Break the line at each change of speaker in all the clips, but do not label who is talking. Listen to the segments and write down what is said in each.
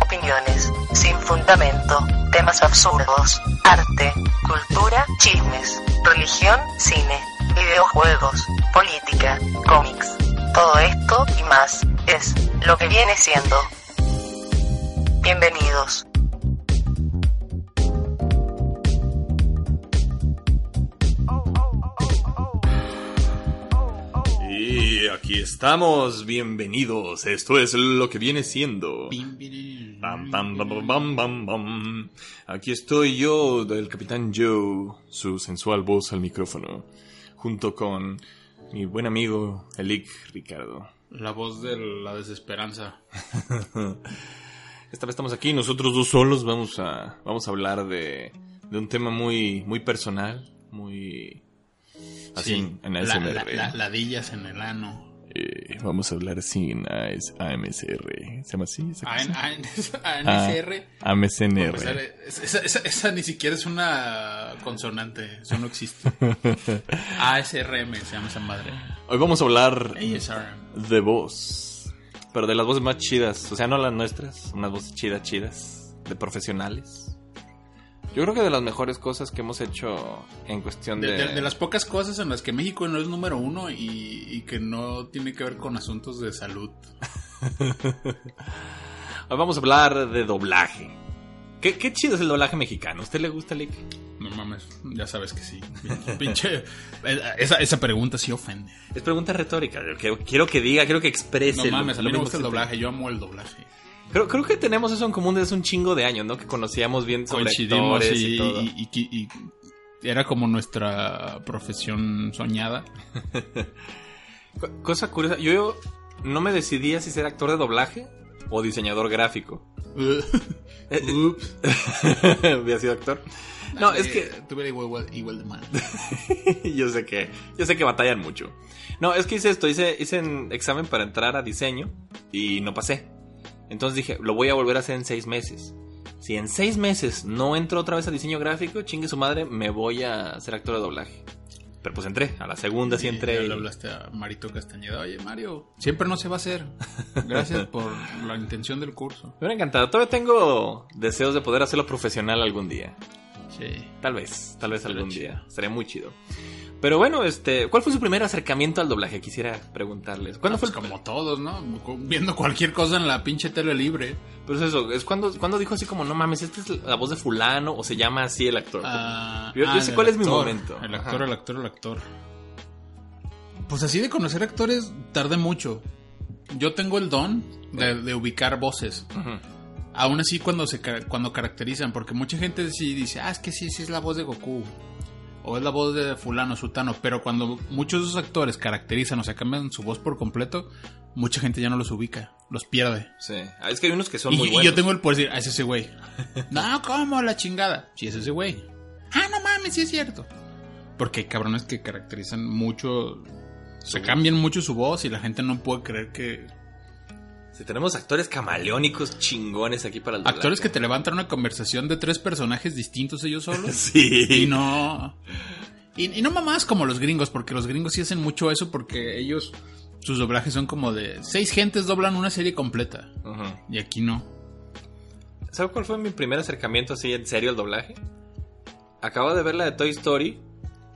opiniones, sin fundamento, temas absurdos, arte, cultura, chismes, religión, cine, videojuegos, política, cómics. Todo esto y más es lo que viene siendo. Bienvenidos.
Y aquí estamos, bienvenidos. Esto es lo que viene siendo. Pam, pam, pam, pam, pam, pam, pam. Aquí estoy yo, del Capitán Joe, su sensual voz al micrófono, junto con mi buen amigo, Elic Ricardo.
La voz de la desesperanza.
Esta vez estamos aquí, nosotros dos solos vamos a, vamos a hablar de, de un tema muy, muy personal, muy... Así
Sí,
en
la-
ASMR.
la- la- ladillas en el ano.
Eh, vamos a hablar así en AS AMSR. ¿Se llama así? esa
A-
cosa?
ah, a-
Ah,
ANSR. Para empezar,
AMSNR.
es- Pues, Esa, esa- esa ni siquiera es una consonante, eso no existe. ASRM se llama esa madre.
Hoy vamos a hablar
ASRM.
de voz. Pero de las voces más chidas. O sea, no las nuestras. Unas voces chidas, chidas. De profesionales. Yo creo que de las mejores cosas que hemos hecho en cuestión
De,
de.
de- de las pocas cosas en las que México no es número uno y, y que no tiene que ver con asuntos de salud.
Hoy vamos a hablar de doblaje. ¿Qué, qué chido es el doblaje mexicano. ¿A usted le gusta, Lick?
No mames, ya sabes que sí. Pinche. Esa, esa pregunta sí ofende.
Es pregunta retórica. yo Quiero, quiero que diga, quiero que exprese.
No
lo-
mames, a
lo
mí me
mismo
gusta
que
el
usted.
doblaje, yo amo el doblaje.
Creo, creo que tenemos eso en común desde hace un chingo de años, ¿no? Que conocíamos bien sobre
coincidimos
actores
y,
y, todo.
y- y- y era como nuestra profesión soñada.
Co- Cosa curiosa, yo, yo no me decidía si ser actor de doblaje o diseñador gráfico. Eh, eh,
Ups.
Había sido actor. No, es que
Eh, Tuve igual, igual de mal.
yo sé que yo sé que batallan mucho. No, es que hice esto, hice hice un examen para entrar a diseño y no pasé. Entonces dije, lo voy a volver a hacer en seis meses. Si en seis meses no entro otra vez a diseño gráfico, chingue su madre, me voy a ser actor de doblaje. Pero pues entré, a la segunda sí
Y ya
entré.
Le
y-
hablaste a Marito Castañeda. Oye, Mario, siempre no se va a hacer. Gracias por la intención del curso.
Me hubiera encantado. Todavía tengo deseos de poder hacerlo profesional algún día.
Sí.
Tal vez, tal vez
Estaría
algún
chido.
día. Sería muy chido. Pero bueno, este, ¿cuál fue su primer acercamiento al doblaje? Quisiera preguntarles. ¿Cuándo
Pues
fue el...
como todos, ¿no? Viendo cualquier cosa en la pinche tele libre.
Pues eso, es cuando, cuando dijo así como, no mames, esta es la voz de fulano o se llama así el actor.
Ah,
Yo- yo
ah,
sé
el
cuál es mi
actor,
momento.
El
Ajá.
actor, el actor, el actor. Pues así de conocer actores tardé mucho. Yo tengo el don de, de ubicar voces.
Ujú.
Aún así cuando se ca- cuando caracterizan, porque mucha gente sí dice, ah, es que sí, sí es la voz de Goku. O es la voz de fulano, sutano. Pero cuando muchos de esos actores caracterizan, o sea, cambian su voz por completo, mucha gente ya no los ubica, los pierde.
Sí. Ah, es que hay unos que son
Y,
muy
y
buenos.
yo tengo el poder de decir, ah, es ese güey. no, ¿cómo? La chingada. Sí, es ese güey. Ah, no mames, sí es cierto. Porque hay cabrones que caracterizan mucho, se cambian mucho su voz y la gente no puede creer que...
Sí, tenemos actores camaleónicos chingones aquí para el doblaje.
Actores que te levantan una conversación de tres personajes distintos ellos solos
Sí.
y no... Y, y no mamás como los gringos, porque los gringos sí hacen mucho eso porque ellos, sus doblajes son como de... Seis gentes doblan una serie completa
Ujú.
y aquí no.
¿Sabes cuál fue mi primer acercamiento así en serio al doblaje? Acabo de ver la de Toy Story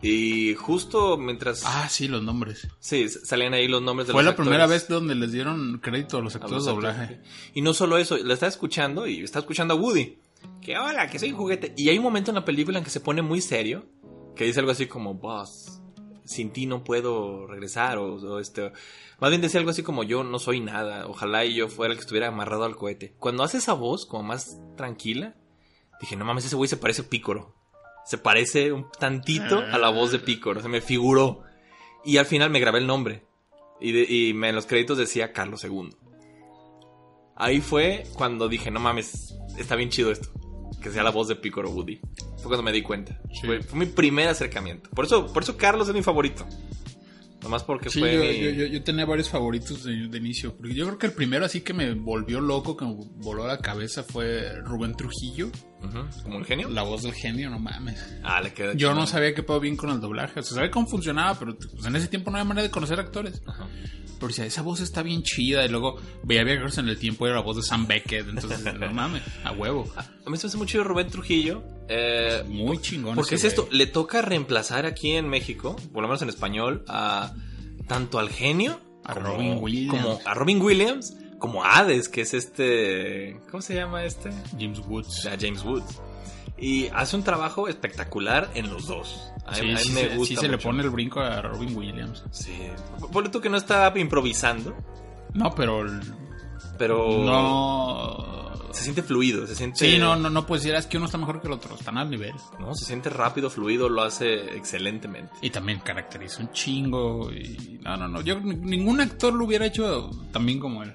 y justo mientras
Ah, sí, los nombres.
sí, s- salían ahí los nombres de
Fue
los
la primera
actores,
vez donde les dieron crédito a los
a
actores
los
de
actores,
doblaje.
sí. Y no solo eso, la estaba escuchando y estaba escuchando a Woody. Que hola, que soy un juguete. Y hay un momento en la película en que se pone muy serio, que dice algo así como, boss, sin ti no puedo regresar. O, o este, más bien decía algo así como, yo no soy nada. Ojalá y yo fuera el que estuviera amarrado al cohete. Cuando hace esa voz, como más tranquila, dije, no mames, ese güey se parece a Pícoro. Se parece un tantito a la voz de
Ah.
Pícoro. Se me figuró. Y al final me grabé el nombre. Y, de- y me- en los créditos decía Carlos II. Ahí fue cuando dije, no mames, está bien chido esto. Que sea la voz de Picoro Woody. Fue cuando me di cuenta.
Sí.
Fue, fue mi primer acercamiento. Por eso, por eso Carlos es mi favorito. Nomás porque
Sí,
fue
yo,
mi-
yo- yo- yo tenía varios favoritos de, de inicio. Porque yo creo que el primero así que me volvió loco, que me voló la cabeza, fue Rubén Trujillo.
Ujú, ¿Como el genio?
La voz del genio, no mames.
Ah, le queda
Yo no
chingón.
sabía qué pedo bien con el doblaje. O sea, sabía cómo funcionaba, pero pues, en ese tiempo no había manera de conocer actores.
Ajá.
Pero decía, esa voz está bien chida. Y luego veía viajeros en el tiempo y era la voz de Sam Beckett. Entonces, no mames, a huevo.
A mí se me hace mucho Rubén Trujillo. Eh,
Muy chingón.
Porque es
ese
esto,
güey.
le toca reemplazar aquí en México, por lo menos en español, a tanto al genio,
A Robin Williams.
como a Robin Williams, como a Hades, que es este, ¿cómo se llama este?
James Woods.
A James Woods. Y hace un trabajo espectacular en los dos. A,
Sí,
a mí
sí,
me
se-
gusta.
sí se le
mucho.
pone el brinco a Robin Williams.
Sí. Ponle tú que no está improvisando,
No, pero el-
pero
no.
se siente fluido, se siente.
Sí, no, no, no puedes decir, "Ah, es que uno está mejor que el otro, están al nivel.
no, se siente rápido, fluido, lo hace excelentemente.
Y también caracteriza un chingo. Y... No, no, no. Yo ni- ningún actor lo hubiera hecho también como él.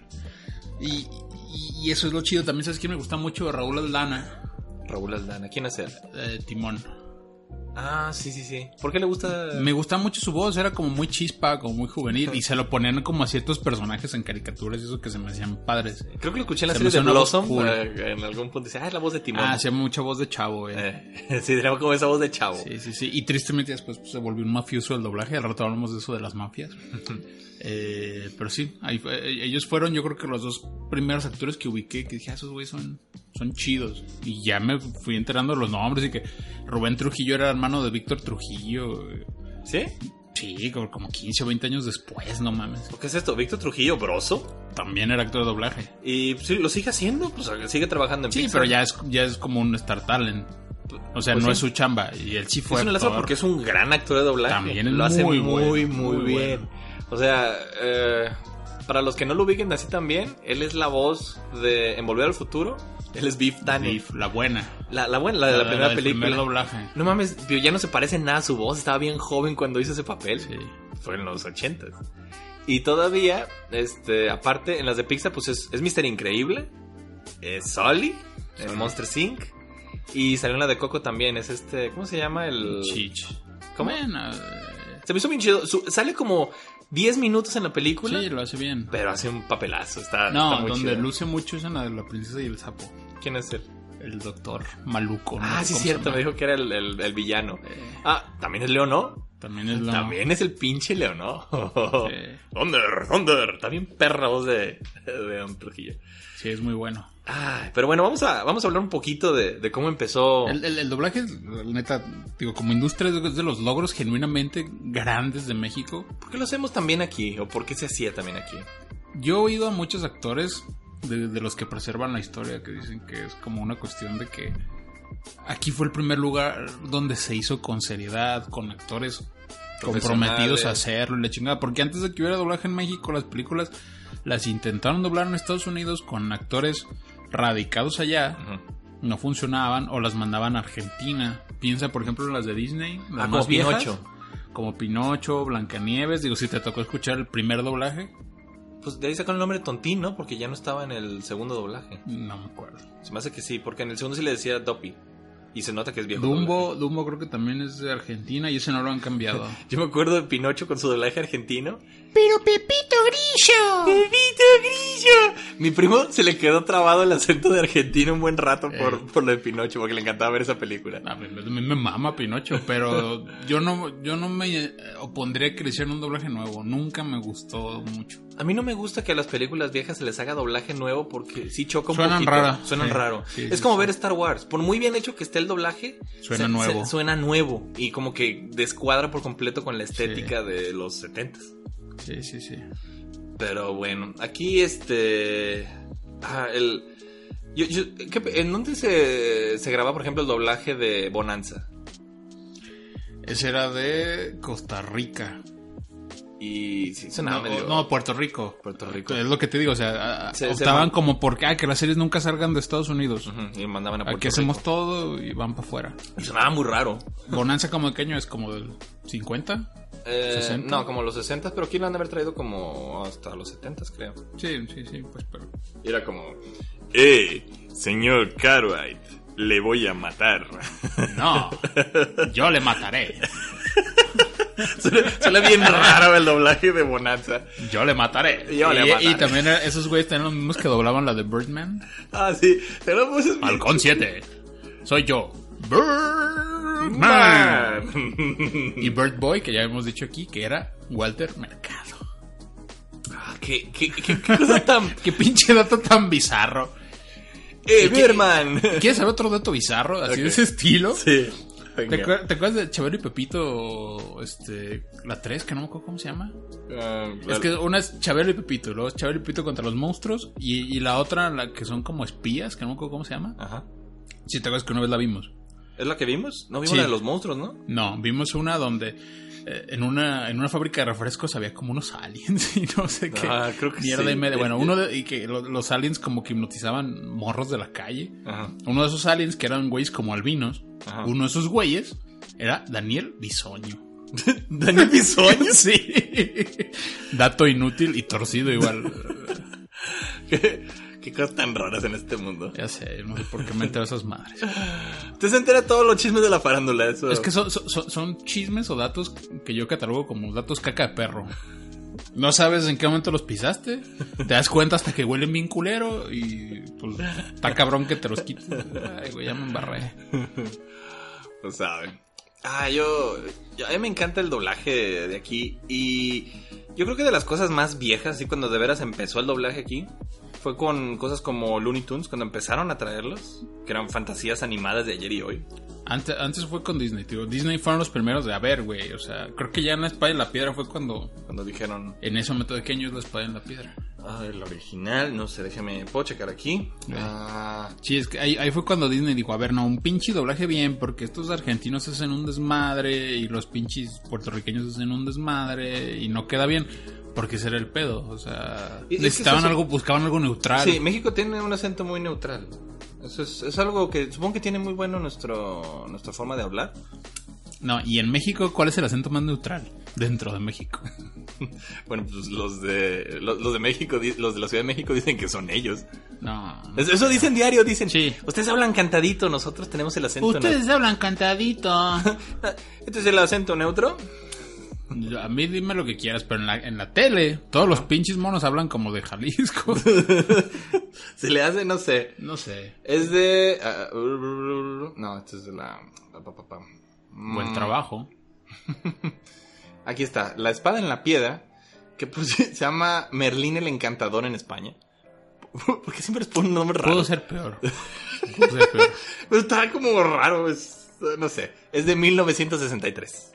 Y, y- y eso es lo chido. También sabes que me gusta mucho Raúl Aldana,
Raúl Aldana, ¿quién hace?
eh, Timón.
Ah, sí, sí, sí. ¿Por qué le gusta?
Me gusta mucho su voz, era como muy chispa, como muy juvenil. Y se lo ponían como a ciertos personajes en caricaturas y eso que se me hacían padres.
Creo que lo escuché en la
Se me
serie de
suena una voz
Blossom.
cool.
eh, en algún punto dice, ah, es la voz de Timón.
Ah, hacía mucha voz de chavo, eh.
Eh, sí, tenemos como esa voz de chavo.
Sí, sí, sí. Y tristemente después pues, se volvió un mafioso el doblaje. Al rato hablamos de eso de las mafias. Eh, pero sí, ahí fue- eh, ellos fueron yo creo que los dos primeros actores que ubiqué. Que dije, ah, esos güeyes son, son chidos. Y ya me fui enterando de los nombres y que Rubén Trujillo era hermano de Víctor Trujillo. eh,
¿Sí?
Sí, como, como 15 o 20 años después, no mames.
¿Qué es esto? Víctor Trujillo, broso.
También era actor de doblaje.
Y sí, lo sigue haciendo, pues sigue trabajando en
Sí,
Pixar.
pero ya es, ya es como un star talent. O sea,
Pues
no
sí.
es su chamba. Y él sí fue
Es un enlace
actor.
porque es un gran actor de doblaje.
También es
lo hace
muy
muy,
bueno,
muy,
muy
bien. O sea, eh, para los que no lo ubiquen así también, él es la voz de En Volver al Futuro. Él es Beef Danny.
Y la buena.
La, la buena, la de la, primera
del
película.
primer doblaje.
No mames, tío, ya no se parece en nada a su voz. Estaba bien joven cuando hizo ese papel.
Sí.
Fue en los 80. Y todavía, este, aparte, en las de Pixar, pues es, es Mister Increíble, es Sully, es Monster Inc. Y salió en la de Coco también, es este, ¿cómo se llama? El...
Chich.
¿Cómo?
Bueno, eh,
Se me hizo bien chido. Su- sale como 10 minutos en la película,
sí, lo hace bien.
pero hace un papelazo. Está, está
No,
muy
donde
chido.
luce mucho es en la de la princesa y el sapo.
¿Quién es él?
El doctor Maluco. no
Ah,
sé
sí,
cómo
cierto, me
se llama.
dijo que era el, el- el villano.
Eh,
Ah, también es Leo, ¿no?
también es la...
También es el pinche Leo, ¿no?
eh,
Thunder, Thunder. También perra voz de, de Don Trujillo.
sí, es muy bueno.
Ay, pero bueno, vamos a, vamos a hablar un poquito de, de cómo empezó.
El, el- el doblaje, la neta, digo, como industria es de los logros genuinamente grandes de México.
¿Por qué lo hacemos también aquí? ¿O por qué se hacía también aquí?
Yo he oído a muchos actores de, de los que preservan la historia que dicen que es como una cuestión de que aquí fue el primer lugar donde se hizo con seriedad, con actores comprometidos a hacerlo y la chingada. Porque antes de que hubiera doblaje en México, las películas las intentaron doblar en Estados Unidos con actores radicados allá,
Ujú.
no funcionaban o las mandaban a Argentina. Piensa, por ejemplo, en las de Disney, las
Ah,
más
como
viejas,
Pinocho.
como Pinocho, Blancanieves. Digo, si te tocó escuchar el primer doblaje,
Pues de ahí sacaron el nombre de Tontín, ¿no? Porque ya no estaba en el segundo doblaje.
no me acuerdo.
Se me hace que sí, porque en el segundo sí le decía Doppy. Y se nota que es viejo.
Dumbo, Dumbo creo que también es de Argentina y ese no lo han cambiado.
doblaje. Yo me acuerdo de Pinocho con su doblaje argentino.
Pero Pepito Grillo.
¡Pepito Grillo! Mi primo se le quedó trabado el acento de argentino un buen rato por,
Eh.
por lo de Pinocho, porque le encantaba ver esa película.
A mí, me- me mama Pinocho, pero yo no, yo no me eh, opondría a que le hicieran un doblaje nuevo. Nunca me gustó mucho.
A mí no me gusta que a las películas viejas se les haga doblaje nuevo porque sí choca un
Suenan
poquito.
raro.
Suenan
Sí,
raro.
sí,
es
sí,
como
sí.
ver Star Wars. Por muy bien hecho que esté el doblaje,
Suena
se-
nuevo.
se- suena nuevo y como que descuadra por completo con la estética de los 70
Sí, sí, sí.
Pero bueno, aquí este. ah, el. yo- yo- ¿qué- ¿En dónde se, se graba, por ejemplo, el doblaje de Bonanza?
Ese era de Costa Rica.
Y sí, sonaba
No,
medio.
no, Puerto Rico.
Puerto Rico.
Es lo que te digo, o sea, a-
Se- se
optaban
van-
como por ah, que las series nunca salgan de Estados Unidos.
Ujú, y mandaban a Puerto
Aquí hacemos
Rico.
todo y van para afuera.
Y sonaba muy raro.
Bonanza como pequeño es como del 50.
Eh,
60.
No, como los 60, pero aquí lo han de haber traído como hasta los 70, creo.
Sí, sí, sí, pues pero
Y era como... ¡Eh, señor Cartwright! Le voy a matar.
No, yo le mataré.
suena, suena bien raro el doblaje de Bonanza.
Yo le mataré.
Yo
y,
le mataré.
y también era- esos güeyes tenían los mismos que doblaban la de Birdman.
Ah, sí. Pero pues es-
Halcón 7. Soy yo. Birdman. Y Bird Boy, que ya hemos dicho aquí, que era Walter Mercado.
Ah, ¿Qué, qué, qué, qué cosa tan...
Qué pinche dato tan bizarro.
¡Eh,
¿Qué-
Birdman!
¿Quieres saber otro dato bizarro? Así de
Ok.
ese estilo.
Sí.
¿Te, acuer- te acuerdas de Chabelo y Pepito? Este, la 3, que no me acuerdo cómo se llama.
Ah,
Es que una es Chabelo y Pepito, luego es Chabelo y Pepito contra los monstruos. Y, y la otra, la que son como espías, que no me acuerdo cómo se llama.
Ajá.
Si te acuerdas que una vez la vimos.
¿Es la que vimos? No vimos
Sí.
la de los monstruos, ¿no?
No, vimos una donde eh, en, una, en una fábrica de refrescos había como unos aliens y no sé qué.
Ah, creo que
Mierda
sí. Eh,
y media. Bueno, uno de, y que lo- los aliens como que hipnotizaban morros de la calle.
Ajá.
Uno de esos aliens que eran güeyes como albinos.
Ajá.
Uno de esos güeyes era Daniel Bisoño.
¿Daniel Bisoño?
sí. Dato inútil y torcido igual.
¿Qué, qué cosas tan raras en este mundo.
ya sé, no sé por qué me entero esas madres.
Usted se entera de todos los chismes de la farándula, eso.
Es que son, son- son- son chismes o datos que yo catalogo como datos caca de perro. No sabes en qué momento los pisaste. Te das cuenta hasta que huelen bien culero y pues está cabrón que te los quites. Ay, güey, ya me embarré.
Lo saben. Ah, yo, yo- A mí me encanta el doblaje de, de aquí. Y yo creo que de las cosas más viejas, así cuando de veras empezó el doblaje aquí, fue con cosas como Looney Tunes, cuando empezaron a traerlos, que eran fantasías animadas de ayer y hoy.
Antes, antes fue con Disney, tío. Disney fueron los primeros de a ver, güey. O sea, creo que ya en la espada y la piedra fue cuando.
Cuando dijeron,
En ese momento de qué año es la espada y la piedra.
ah, el original, no sé, déjame, puedo checar aquí. Ah,
Sí, es que ahí, ahí fue cuando Disney dijo, a ver, no, un pinche doblaje bien, porque estos argentinos hacen un desmadre y los pinches puertorriqueños hacen un desmadre y no queda bien, porque ese era el pedo, o sea,
Y- y es que
necesitaban
eso-
algo, buscaban algo neutral.
Sí, México tiene un acento muy neutral. Eso es, es algo que supongo que tiene muy bueno nuestro nuestra forma de hablar.
No, y en México, ¿cuál es el acento más neutral dentro de México?
Bueno, pues los de los, los de México, di- los de la Ciudad de México dicen que son ellos.
No.
Es- Eso dicen diario, dicen.
Sí.
Ustedes hablan cantadito, nosotros tenemos el acento neutro.
hablan cantadito. A
Este es el acento neutro.
mí dime lo que quieras, pero en la, en la tele todos los pinches monos hablan como de Jalisco.
Se le hace, no sé.
No sé.
Es de ah, no, este es de la pa, pa, pa, pa. Mm.
Buen trabajo.
Aquí está, La espada en la piedra, que pues, se llama Merlín el encantador en España. Porque siempre les ponen nombres
Pudo
raros.
ser peor. Pudo ser peor.
Pero está como raro, es, no sé. Es de 1963.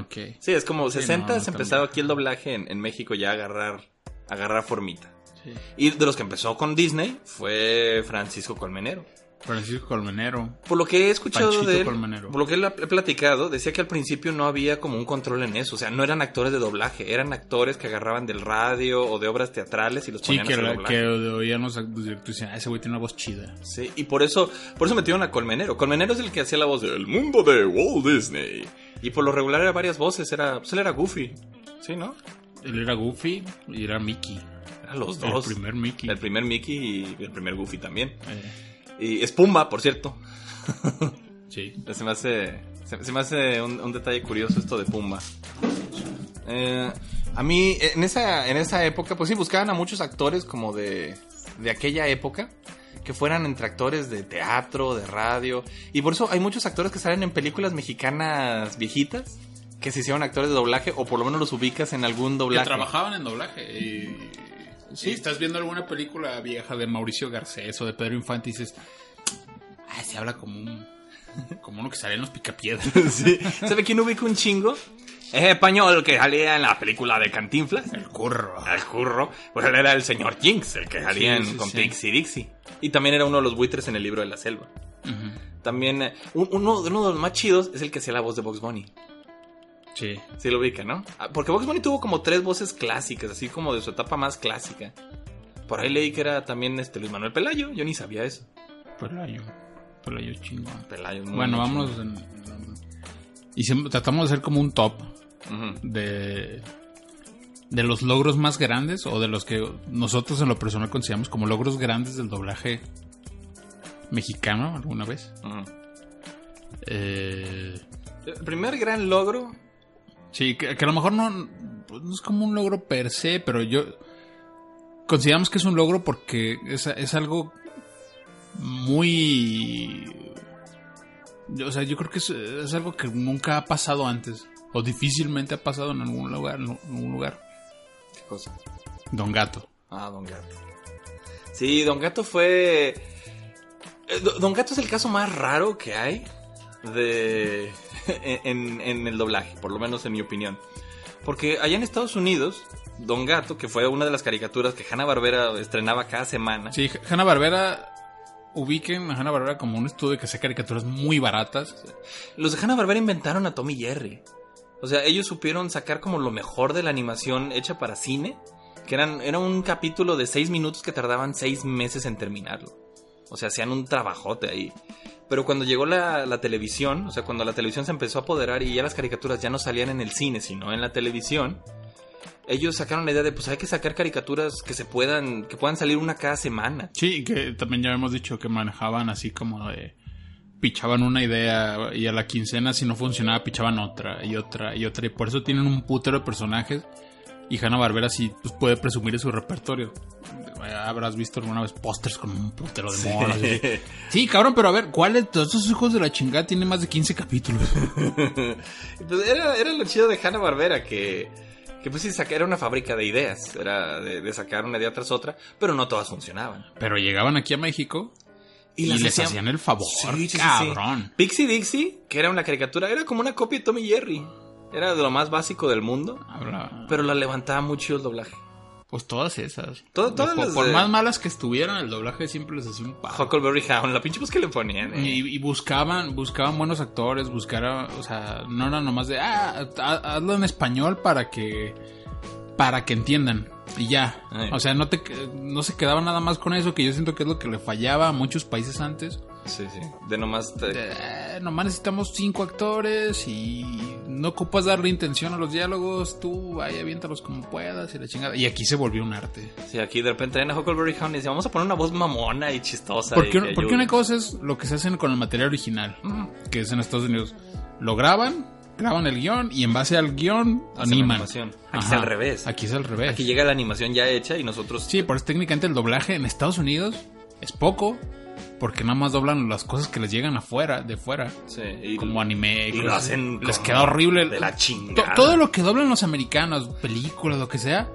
Ok.
Sí, es como
Sí,
60
no, no
se
está
empezaba
bien.
aquí el doblaje en, en México ya a agarrar, a agarrar formita.
Sí.
Y de los que empezó con Disney fue Francisco Colmenero.
Francisco Colmenero.
Por lo que he escuchado
Panchito
de él,
Colmenero.
por lo que él ha he platicado, decía que al principio no había como un control en eso. O sea, no eran actores de doblaje, eran actores que agarraban del radio o de obras teatrales y los
Sí,
ponían a
que,
hacer
la-
doblaje.
que oían los actos directos y decían, "Ah, ese güey tiene una voz chida.
Sí, y por eso, por eso metieron a Colmenero. Colmenero es el que hacía la voz de El mundo de Walt Disney. Y por lo regular era varias voces, era, pues él era Goofy. Sí, ¿no?
Él era Goofy y era Mickey.
Eran los
El
dos.
primer Mickey.
El primer Mickey y el primer Goofy también.
Eh,
Y es Pumba, por cierto.
sí.
Se me hace, se, se me hace un, un detalle curioso esto de Pumba. Eh, a mí, en esa, en esa época, pues sí, buscaban a muchos actores como de, de aquella época, que fueran entre actores de teatro, de radio. Y por eso hay muchos actores que salen en películas mexicanas viejitas, que se hicieron actores de doblaje, o por lo menos los ubicas en algún
Que
doblaje.
trabajaban en doblaje. Y, si estás viendo alguna película vieja de Mauricio Garcés o de Pedro Infante y dices, ah, se habla como un... Como uno que sale en los picapiedras.
Sí. ¿Sabe quién ubica un chingo? Es español que salía en la película de Cantinflas.
El curro.
al curro, pues él era el señor Jinx, el que salía
Sí,
en-
sí,
con
sí.
Pixie Dixie. Y también era uno de los buitres en el libro de la selva.
Ujú.
También, eh, un- uno, uno de los más chidos es el que hacía la voz de Box Bunny.
Sí.
Sí lo ubica, ¿no? Ah, Porque Box Bunny tuvo como tres voces clásicas, así como de su etapa más clásica. Por ahí leí que era también este Luis Manuel Pelayo, yo ni sabía eso.
Pelayo. Pelayo chingón.
Pelayo. muy-
Bueno,
muy
vámonos. en- en- y siempre- tratamos de hacer como un top
chido. Ujú.
de, de los logros más grandes o de los que nosotros en lo personal consideramos como logros grandes del doblaje mexicano alguna vez.
Ujú.
Eh,
El primer gran logro,
sí, que, que a lo mejor no, pues, no es como un logro per se, pero yo consideramos que es un logro porque es, es algo muy Yo, o sea, yo creo que es, es algo que nunca ha pasado antes. O difícilmente ha pasado en algún lugar. En algún lugar.
¿Qué cosa?
Don Gato.
Ah, Don Gato. Sí, Don Gato fue. eh, Do- Don Gato es el caso más raro que hay de en, en el doblaje, por lo menos en mi opinión. Porque allá en Estados Unidos, Don Gato, que fue una de las caricaturas que Hanna Barbera estrenaba cada semana.
Sí, Hanna Barbera. Ubiquen a Hanna Barbera como un estudio que hace caricaturas muy baratas.
Los de Hanna-Barbera inventaron a Tommy Jerry. O sea, ellos supieron sacar como lo mejor de la animación hecha para cine, que eran, era un capítulo de seis minutos que tardaban seis meses en terminarlo. O sea, hacían un trabajote ahí. Pero cuando llegó la, la televisión, o sea, cuando la televisión se empezó a apoderar y ya las caricaturas ya no salían en el cine, sino en la televisión, ellos sacaron la idea de, pues hay que sacar caricaturas que se puedan, que puedan salir una cada semana.
Sí, que también ya hemos dicho que manejaban así como de. Pichaban una idea y a la quincena, si no funcionaba, pichaban otra y otra y otra. Y por eso tienen un putero de personajes. Y Hanna Barbera sí pues, puede presumir de su repertorio. Habrás visto alguna vez pósters con un putero de monos. y así. Sí, cabrón, pero a ver, ¿cuál de todos esos hijos de la chingada tiene más de 15 capítulos?
Pues era, era lo chido de Hanna Barbera, que, que pues sí, saca- era una fábrica de ideas, era de, de sacar una idea tras otra, pero no todas funcionaban.
Pero llegaban aquí a México y,
las
les hacían el favor,
Sí, sí, sí, sí.
cabrón.
Pixie Dixie, que era una caricatura, era como una copia de Tommy Jerry. Era de lo más básico del mundo,
Habla-
pero la levantaba muy chido el doblaje.
Pues todas esas.
Todas- todas
por,
las
por
de-
más malas que estuvieran, el doblaje siempre les hacía un paro.
Huckleberry Hound, la pinche voz que le ponían. eh.
Y, y buscaban, buscaban buenos actores, buscaban, o sea, no era nomás de, ah, ha- hazlo en español para que, para que entiendan. Y ya.
Ay.
O sea, no te, no se quedaba nada más con eso, que yo siento que es lo que le fallaba a muchos países antes.
Sí, sí. De nomás. te-
Eh, nomás necesitamos cinco actores y no ocupas darle intención a los diálogos, tú vaya, aviéntalos como puedas y la chingada. Y aquí se volvió un arte.
Sí, aquí de repente traen a Huckleberry Hound y dicen, vamos a poner una voz mamona y chistosa. y
Porque,
que
porque una
ayude".
cosa es lo que se hacen con el material original, Mm, que es en Estados Unidos. Lo graban, graban el guión y en base al guión
Hacen
animan.
animación. Aquí
Ajá.
es al revés.
Aquí es al revés.
Aquí llega la animación ya hecha y nosotros
Sí, por eso técnicamente el doblaje en Estados Unidos es poco, porque nada más doblan las cosas que les llegan afuera, de fuera.
Sí, y-
como anime.
y
cosas
lo
así.
hacen
Les
como
queda horrible.
de la
To-
chingada.
Todo lo que doblan los americanos, películas, lo que sea.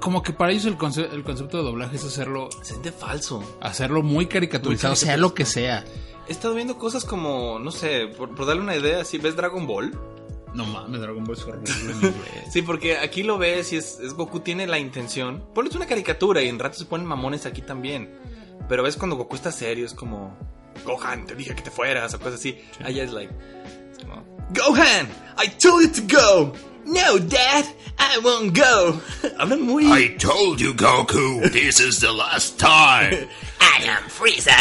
Como que para ellos el, conce- el concepto de doblaje es hacerlo,
se siente falso.
hacerlo muy caricaturizado,
Muy
sea lo que sea.
He estado viendo cosas como, no sé, por, por darle una idea, si ves Dragon Ball.
No mames, Dragon Ball es horrible en inglés.
Sí, porque aquí lo ves y es, es Goku tiene la intención. Ponles una caricatura y en rato se ponen mamones aquí también. Pero ves cuando Goku está serio, es como, Gohan, te dije que te fueras o cosas así. Allá es like, es como, Gohan, I told you to go. No, Dad, I won't go. Hablan muy...
I told you, Goku, this is the last time.
I am Frieza.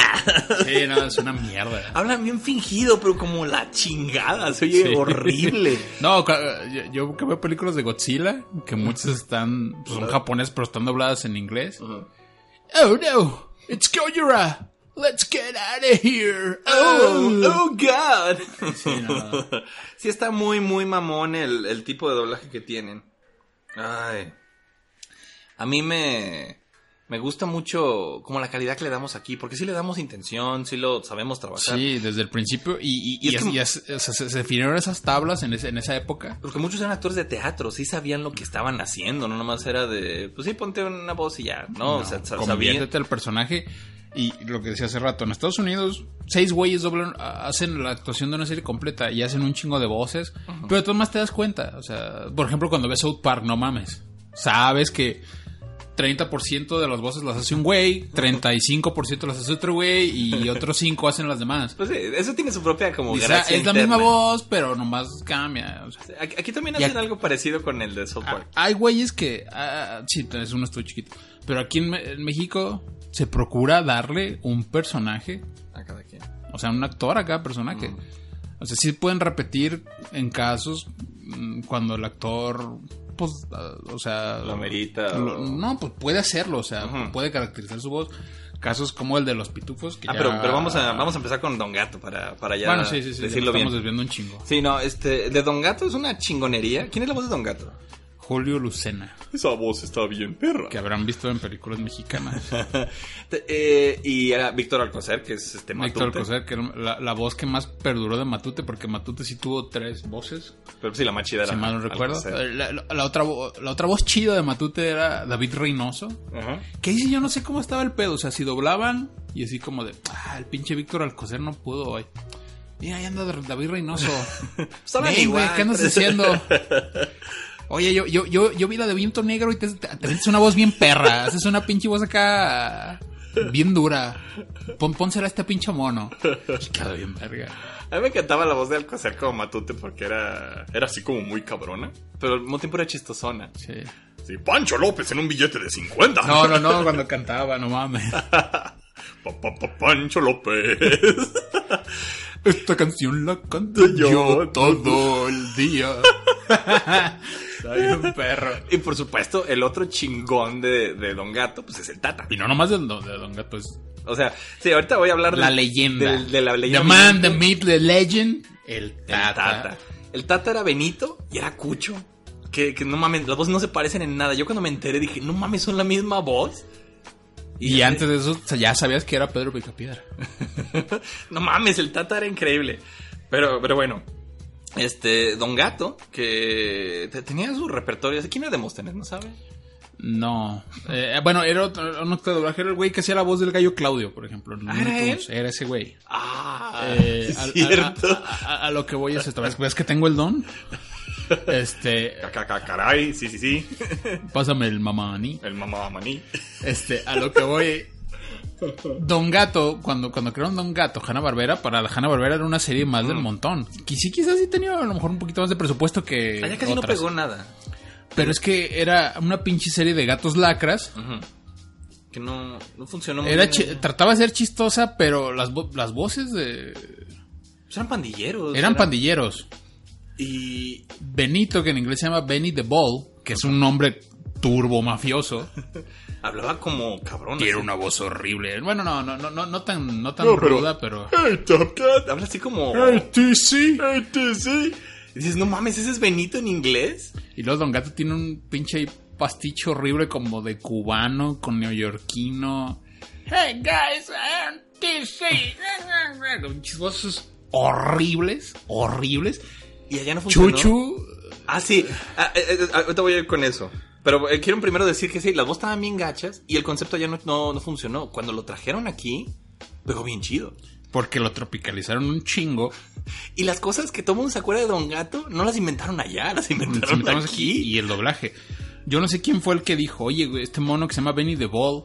Sí, no, es una mierda.
Hablan bien fingido, pero como la chingada. Se oye
Sí.
horrible.
No, ca- yo, yo que veo películas de Godzilla, que muchas están, pues, son japonesas, pero están dobladas en inglés. Oh no, it's Gojira. Let's get out of here.
Oh,
Oh,
oh God.
Sí, no.
Sí, está muy, muy mamón el, el tipo de doblaje que tienen. Ay. A mí me. Me gusta mucho como la calidad que le damos aquí, porque sí le damos intención, sí lo sabemos trabajar.
Sí, desde el principio. Y, y-
Y es
y as-
que-
y as- o sea, se, se definieron esas tablas en, ese- en esa época.
Porque muchos eran actores de teatro, sí sabían lo que estaban haciendo, no nomás era de, pues sí, ponte una voz y ya, ¿no? o sea, sa- sabían.
Conviértete al personaje. Y lo que decía hace rato, en Estados Unidos, seis güeyes doblan, a- hacen la actuación de una serie completa y hacen un chingo de voces. Pero tú más te das cuenta. O sea, por ejemplo, cuando ves South Park, no mames. Sabes que 30% de las voces las hace un güey, 35% las hace otro güey y otros 5 hacen las demás.
Pues sí, eso tiene su propia como
O sea,
gracia
es la
interna.
misma voz, pero nomás cambia. O sea,
Aquí, aquí también
Y
hacen
aquí-
algo parecido con el de
Ah,
software.
Hay güeyes que. ah, sí, es uno estudio chiquito. Pero aquí en, Me- en México se procura darle un personaje.
A cada quien.
O sea, un actor a cada personaje.
Mm.
O sea, sí pueden repetir en casos mm, cuando el actor. Pues, ah, o sea.
Lo amerita,
lo-
o-
No, pues puede hacerlo. O sea,
Ujú.
puede caracterizar su voz. Casos como el de los pitufos. Que
Ah,
ya-
pero, pero vamos, a, vamos a empezar con Don Gato para, para ya
Bueno, sí, sí, sí. ya
decirlo
nos estamos
bien.
desviando un chingo.
Sí, no, este, de Don Gato es una chingonería. ¿Quién es la voz de Don Gato?
Julio Lucena,
Esa voz está bien, perra.
que habrán visto en películas mexicanas.
Te- eh, y era Víctor Alcocer, que es este Matute.
Víctor Alcocer, que era la, la voz que más perduró de Matute, porque Matute sí tuvo tres voces,
Pero sí, la más chida era
si mal no recuerdo.
Alcocer.
La, la- la otra, vo- la otra voz chida de Matute era David Reynoso,
Ajá.
que dice yo no sé cómo estaba el pedo, o sea, si doblaban y así como de, ah, el pinche Víctor Alcocer no pudo hoy. Mira, ahí anda David Reynoso.
Estaban
Ven, güey,
igual.
¿Qué andas haciendo? Oye, yo, yo, yo, yo vi la de Viento Negro y te, te, te metes una voz bien perra. Haces una pinche voz acá bien dura. Pon, pónsela a este pinche mono. Y queda bien verga.
A mí me encantaba la voz de Alcocer como Matute porque era, era así como muy cabrona. Pero al mismo tiempo era chistosona.
Sí.
Sí, Pancho López en un billete de 50.
No, no, no, cuando cantaba, no mames.
Pa, pa, pa, Pancho López.
Esta canción la canto yo,
Yo
todo el día. Está bien perro.
y por supuesto, el otro chingón de, de Don Gato, pues es el Tata.
Y no nomás del don, de Don Gato, es
O sea, sí, ahorita voy a hablar
la
del-
leyenda.
del- de la leyenda.
The man, the myth, the legend. El
El Tata.
tata.
El Tata era Benito y era Cucho. Que, que no mames, las voces no se parecen en nada. Yo cuando me enteré dije, no mames, son la misma voz.
Y antes de eso ya sabías que era Pedro Picapiedra.
No mames, el Tata era increíble. Pero, pero bueno, este, Don Gato, que te- tenía su repertorio. ¿Quién era Demóstenes, no sabe?
No. Eh, bueno, era otro, era un actor de doblaje, era el güey que hacía la voz del gallo Claudio, por ejemplo. en
¿Ah, era
Looney Tunes.
él?
Era ese güey.
Ah,
Eh,
sí es
a- a-
cierto.
A, a- a lo que voy es esto. ¿Ves, ves que tengo el don? Este,
Ca- ca- ca- Caray, sí, sí, sí.
pásame el mamani.
El mamá maní.
Este, a lo que voy. Don Gato, cuando, cuando crearon Don Gato, Hanna Barbera, para la Hanna Barbera era una serie más
Mm.
del montón. Qui- sí, quizás sí tenía a lo mejor un poquito más de presupuesto que.
Allá Ah, casi no
otras.
pegó nada.
Pero es que era una pinche serie de gatos lacras.
Ujú. Que no, no funcionó muy
Era
bien.
chi- trataba de ser chistosa, pero las, vo- las voces de-
Pues eran pandilleros.
eran
era-
pandilleros.
Y
Benito, que en inglés se llama Benny the Ball, que es un nombre turbo mafioso.
hablaba como ¿eh? cabrón.
Tiene
así.
una voz horrible. Bueno, no, no, no, no, no tan, no tan
No, pero-
ruda, pero.
Hey, Top Cat. Habla así como.
TC!
ATC. Y dices, no mames, ese es Benito en inglés.
Y luego Don Gato tiene un pinche pastiche horrible como de cubano con neoyorquino. Hey guys, I'm TC. Con pinches voces horribles, horribles.
Y allá no
Pues
funcionó.
Chuchu.
Ah, sí. Ah, eh, eh, ah, ahorita voy a ir con eso. Pero eh, quiero primero decir que sí, las voz estaban bien gachas y el concepto ya no, no, no funcionó. Cuando lo trajeron aquí, pegó bien chido.
Porque lo tropicalizaron un chingo.
Y las cosas que todo mundo se acuerda de Don Gato, no las inventaron allá, las inventaron,
Nos inventamos
aquí.
aquí y el doblaje. Yo no sé quién fue el que dijo, oye, güey, este mono que se llama Benny the Ball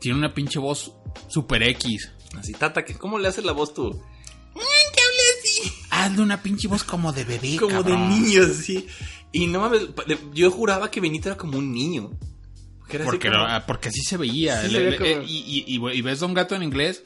tiene una pinche voz super X.
Así, Tata, que ¿cómo le haces la voz tú?
Hazle una pinche voz como de bebé,
Como de
cabrón.
niño, así. Y no mames, pa- de- yo juraba que Benito era como un niño. Porque era así
Porque,
como-
ah, porque así se veía.
Sí, se
Le-
veía
le-
como-
eh, y, y- y- y ves Don Gato en inglés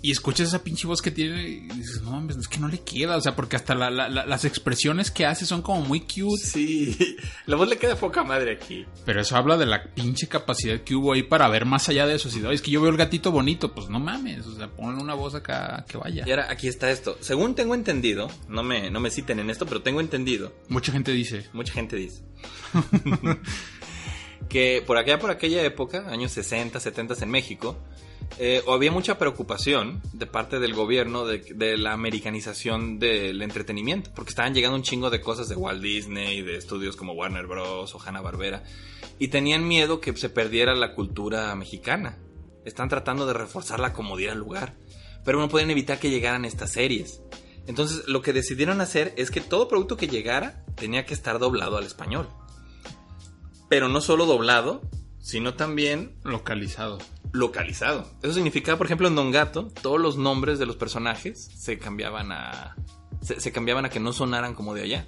y escuchas esa pinche voz que tiene y dices, no mames, es que no le queda. O sea, porque hasta la- la- la- las expresiones que hace son como muy cute.
Sí, la voz le queda poca madre aquí.
Pero eso habla de la pinche capacidad que hubo ahí para ver más allá de eso. Si "Ay, es que yo veo el gatito bonito, pues no mames. O sea, ponle una voz acá que vaya.
Y ahora aquí está esto. Según tengo entendido, no me, no me citen en esto, pero tengo entendido,
Mucha gente dice,
mucha gente dice. que por aquella, por aquella época, años 60, 70 en México, eh, había mucha preocupación de parte del gobierno de, de la americanización del entretenimiento, porque estaban llegando un chingo de cosas de Walt Disney, de estudios como Warner Bros. o Hanna Barbera, y tenían miedo que se perdiera la cultura mexicana. Están tratando de reforzarla como diera lugar, pero no podían evitar que llegaran estas series. Entonces, lo que decidieron hacer es que todo producto que llegara tenía que estar doblado al español. Pero no solo doblado, sino también
localizado.
localizado. Eso significaba, por ejemplo, en Don Gato, todos los nombres de los personajes se cambiaban a. se, se cambiaban a que no sonaran como de allá.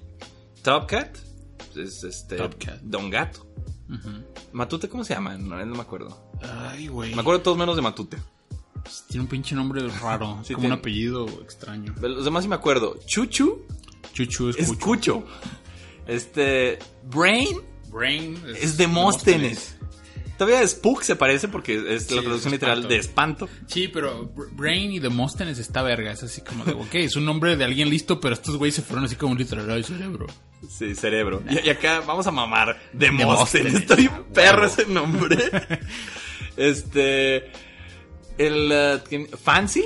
Top Cat es este.
Top Cat.
Don Gato.
Ujú.
Matute, ¿cómo se llama? No, no me acuerdo.
Ay, güey.
Me acuerdo todos menos de Matute.
Tiene un pinche nombre raro,
Sí,
como
tiene-
un apellido extraño.
De Los demás sí me acuerdo. Chuchu
Chuchu es,
es
Cucho.
Cucho. Este. Brain
Brain
es Demóstenes. Todavía Spook se parece porque es la
Sí,
traducción
es
literal
espanto.
de espanto.
Sí, pero Br- Brain y Demóstenes está verga. Es así como de, ok, es un nombre de alguien listo, pero estos güeyes se fueron así como literal al cerebro.
Sí, cerebro. Y, y acá vamos a mamar.
Demóstenes.
Demóstenes. Está bien perro
Ah, Huevo.
ese nombre. este. El. eh, ¿quién? Fancy.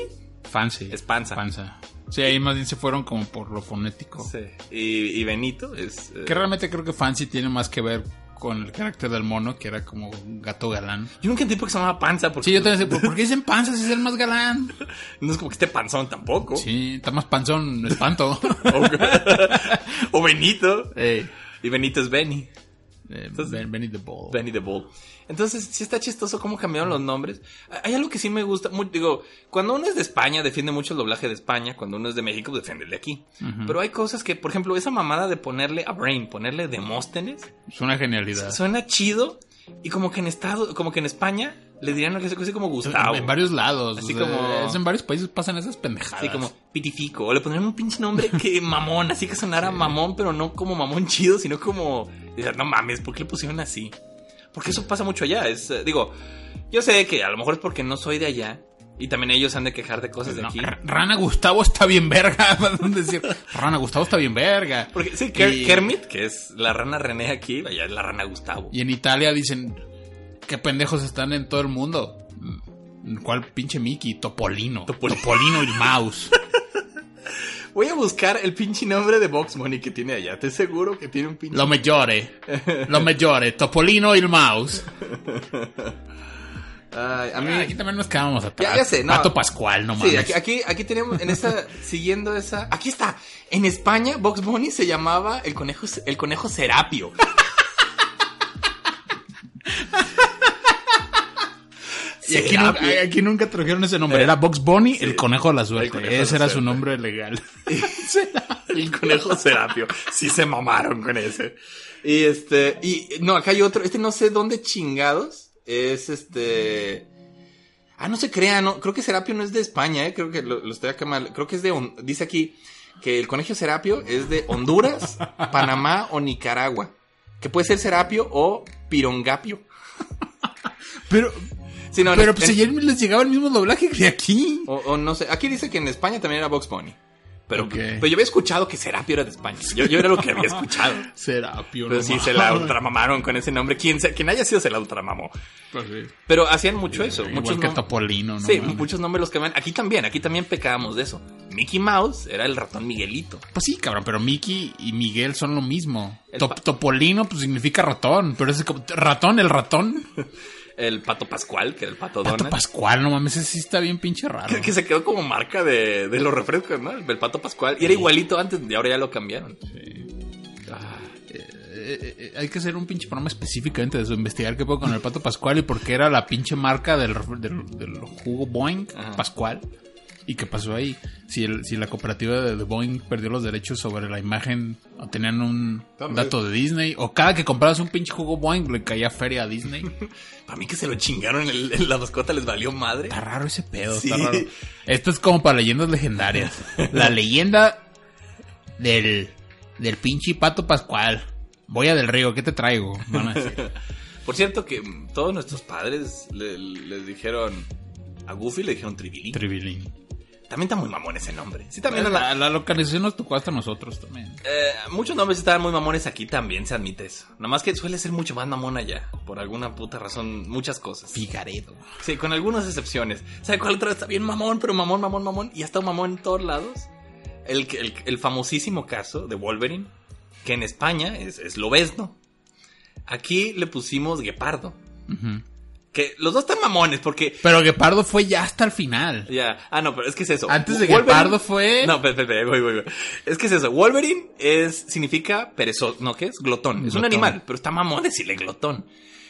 Fancy.
Es panza.
Panza. Sí, ahí más bien se fueron como por lo fonético.
Sí. Y, y Benito es. eh,
Que realmente creo que Fancy tiene más que ver con el carácter del mono, que era como un gato galán.
Yo nunca entendí por qué se llamaba panza. Porque
Sí, yo también sé, ¿por por qué dicen panza si es el más galán?
No es como que esté panzón tampoco.
Sí, está más panzón, espanto.
O, o Benito.
Ey,
Y Benito es Benny.
eh,
Entonces-
Ben- Benny the Ball.
Benny the Bull. Entonces, sí está chistoso cómo cambiaron los nombres. Hay algo que sí me gusta. mu- digo, cuando uno es de España, defiende mucho el doblaje de España. Cuando uno es de México, defiende el de aquí.
Ujú.
Pero hay cosas que, por ejemplo, esa mamada de ponerle a Brain, ponerle Demóstenes,
Es una genialidad.
suena chido. Y como que en Estado, como que en España le dirían algo así como
En-
Gustavo.
En varios lados.
Así
o sea,
como-
es en varios países pasan esas pendejadas.
Así como pitifico. O le pondrían un pinche nombre que mamón. Así que sonara mamón, pero no como mamón chido, sino como. dices, No mames, ¿por qué le pusieron así? Porque eso pasa mucho allá. Es, eh, digo, yo sé que a lo mejor es porque no soy de allá. Y también ellos han de quejar de cosas de
Pues No,
aquí.
R- Rana Gustavo está bien verga. Van a decir, Rana Gustavo está bien verga.
Porque sí, Ker-
Y-
Kermit, que es la rana René aquí, allá es la rana Gustavo.
Y en Italia dicen, qué pendejos están en todo el mundo. Mm, ¿Cuál pinche Mickey? Topolino.
Topolino.
Topolino y Mouse.
Voy a buscar el pinche nombre de Box Money que tiene allá. Te seguro que tiene un pinche.
Lo migliore. Lo migliore. Topolino y el Mouse.
Ay, a mí.
Ah, aquí también nos quedamos atrás.
Ya- ya sé, no.
Pato Pascual, no mames.
Sí, aquí, aquí, aquí tenemos, en esa, siguiendo esa. Aquí está. En España, Box Bunny se llamaba el conejo, el conejo Serapio.
Y aquí, nunca,
Serapio.
ah, eh, aquí nunca trajeron ese nombre. Era Box Bunny, el conejo de la
Eh, El
suerte.
conejo de la
Ese era su
suerte.
nombre legal.
el conejo Serapio. Sí se mamaron con ese. Y este. Y no, acá hay otro. Este no sé dónde chingados. Es este. Ah, no se crea, no. Creo que Serapio no es de España, eh. Creo que lo, lo estoy acá mal. Creo que es de. Hon- Dice aquí que el conejo Serapio es de Honduras, Panamá o Nicaragua. Que puede ser Serapio o Pirongapio.
Pero,
Sí, no, en-
pero pues
en-
ayer les llegaba el mismo doblaje que aquí.
O, o no sé, aquí dice que en España también era Vox Bunny. Pero,
Ok.
pero yo había escuchado que Serapio era de España. Yo, yo era lo que había escuchado.
Serapio.
Pero Pues
no
sí,
mames.
se la ultramamaron con ese nombre. Quien, sea- quien haya sido, se la ultramamó.
Pues sí.
Pero hacían mucho eso.
Igual
muchos
que
nom-
Topolino, ¿no?
sí,
mames.
muchos nombres los cambian. Aquí también, aquí también pecábamos de eso. Mickey Mouse era el ratón Miguelito.
Pues sí, cabrón, pero Mickey y Miguel son lo mismo.
El
Top-
pa-
Topolino pues significa ratón, pero ese como ratón, el ratón.
El pato Pascual, que era el pato,
Pato
Donald.
Pascual, no mames, ese sí está bien pinche raro.
que, que se quedó como marca de, de los refrescos, ¿no? El, el pato Pascual. Y era igualito antes, y ahora ya lo cambiaron. Ah,
Eh, eh, eh, hay que hacer un pinche programa específicamente de eso, investigar qué puedo con el Pato Pascual y por qué era la pinche marca del, ref- del- del jugo Boeing
Ajá.
Pascual y qué pasó ahí. Si, el- si la cooperativa de, de Boeing perdió los derechos sobre la imagen o tenían un
También.
dato de Disney o cada que comprabas un pinche jugo Boeing le caía feria a Disney.
para mí que se lo chingaron, el- el- la mascota les valió madre.
Está raro ese pedo,
Sí.
está raro. Esto es como para leyendas legendarias. La leyenda del, del pinche pato Pascual. Voy a del río, ¿qué te traigo? Van a decir.
Por cierto, que mm, todos nuestros padres le- les dijeron a Goofy, le dijeron Tribilín.
Tribilín.
también está muy mamón ese nombre. Sí, también.
También
la-
la, la localización nos tocó hasta nosotros también.
eh, muchos nombres estaban muy mamones aquí también, se admite eso. Nada más que suele ser mucho más mamón allá. Por alguna puta razón, muchas cosas.
Figaredo.
Sí, con algunas excepciones. ¿Sabe cuál otra está bien mamón, pero mamón, mamón, mamón? Y ha estado mamón en todos lados. El, que- el- el famosísimo caso de Wolverine, que en España es, es lobesno. Aquí le pusimos guepardo. Que los dos están mamones porque
Pero Guepardo fue ya hasta el final.
Ya. Ah, no, pero es que es eso.
Antes de
Wolverine-
Guepardo fue.
No, espera, espera, voy, voy, voy. Es que es eso. Wolverine es, significa perezoso, ¿no? ¿Qué es? Glotón. Es
Glotón.
un animal, pero está mamón decirle glotón.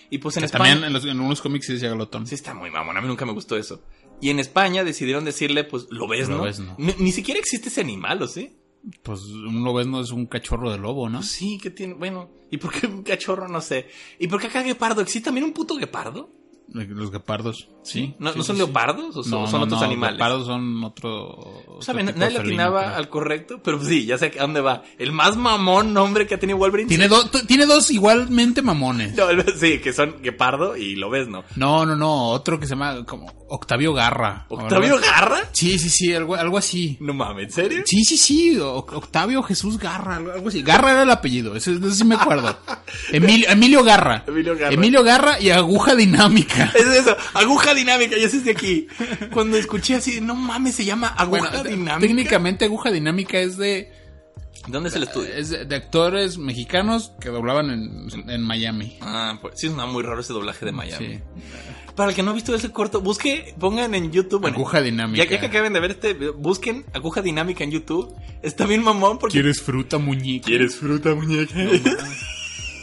Y pues en
Que
España...
también en, los- en unos cómics sí decía Glotón.
Sí, está muy mamón. A mí nunca me gustó eso. Y en España decidieron decirle, pues, lo ves,
Lo
¿no?
ves, ¿no?
Ni, ni siquiera existe ese animal, ¿o sí?
Pues un lobesno es un cachorro de lobo, ¿no?
Pues sí, que tiene... Bueno, ¿y por qué un cachorro? No sé. ¿Y por qué acá guepardo? ¿Existe también un puto guepardo?
Los guepardos. Sí.
¿No,
sí,
no son
sí, sí.
leopardos o son,
No,
son
no,
otros
no,
animales?
Leopardos son otro. otro
¿Saben?
tipo de
Nadie le
felino,
atinaba
creo.
al correcto, pero sí, ya sé a dónde va. El más mamón nombre que ha tenido Wolverine.
Tiene, do- t- tiene dos igualmente mamones.
No, el- sí, que son guepardo y lo ves, ¿no?
No, no, no. Otro que se llama como Octavio Garra.
¿Octavio Garra?
Sí, sí, sí. Algo, algo así.
No mames, ¿en serio?
Sí, sí, sí. o- Octavio Jesús Garra. Algo algo así. Garra era el apellido. Eso, eso sí me acuerdo. Emilio, Emilio Garra.
Emilio Garra.
Emilio Garra y Aguja Dinámica.
Es eso, aguja dinámica, ya sé de aquí. Cuando escuché así, no mames, se llama aguja
Bueno,
dinámica.
técnicamente Aguja Dinámica es de,
¿Dónde se el estudio?
es de de actores mexicanos que doblaban en, en Miami.
Ah, pues sí, es una muy raro ese doblaje de Miami.
Sí.
Para el que no ha visto ese corto, busque, pongan en YouTube. bueno,
Aguja Dinámica.
Ya, ya que acaben de ver este, video, busquen aguja dinámica en YouTube. Está bien mamón porque.
¿Quieres fruta, muñeca?
fruta, muñeca?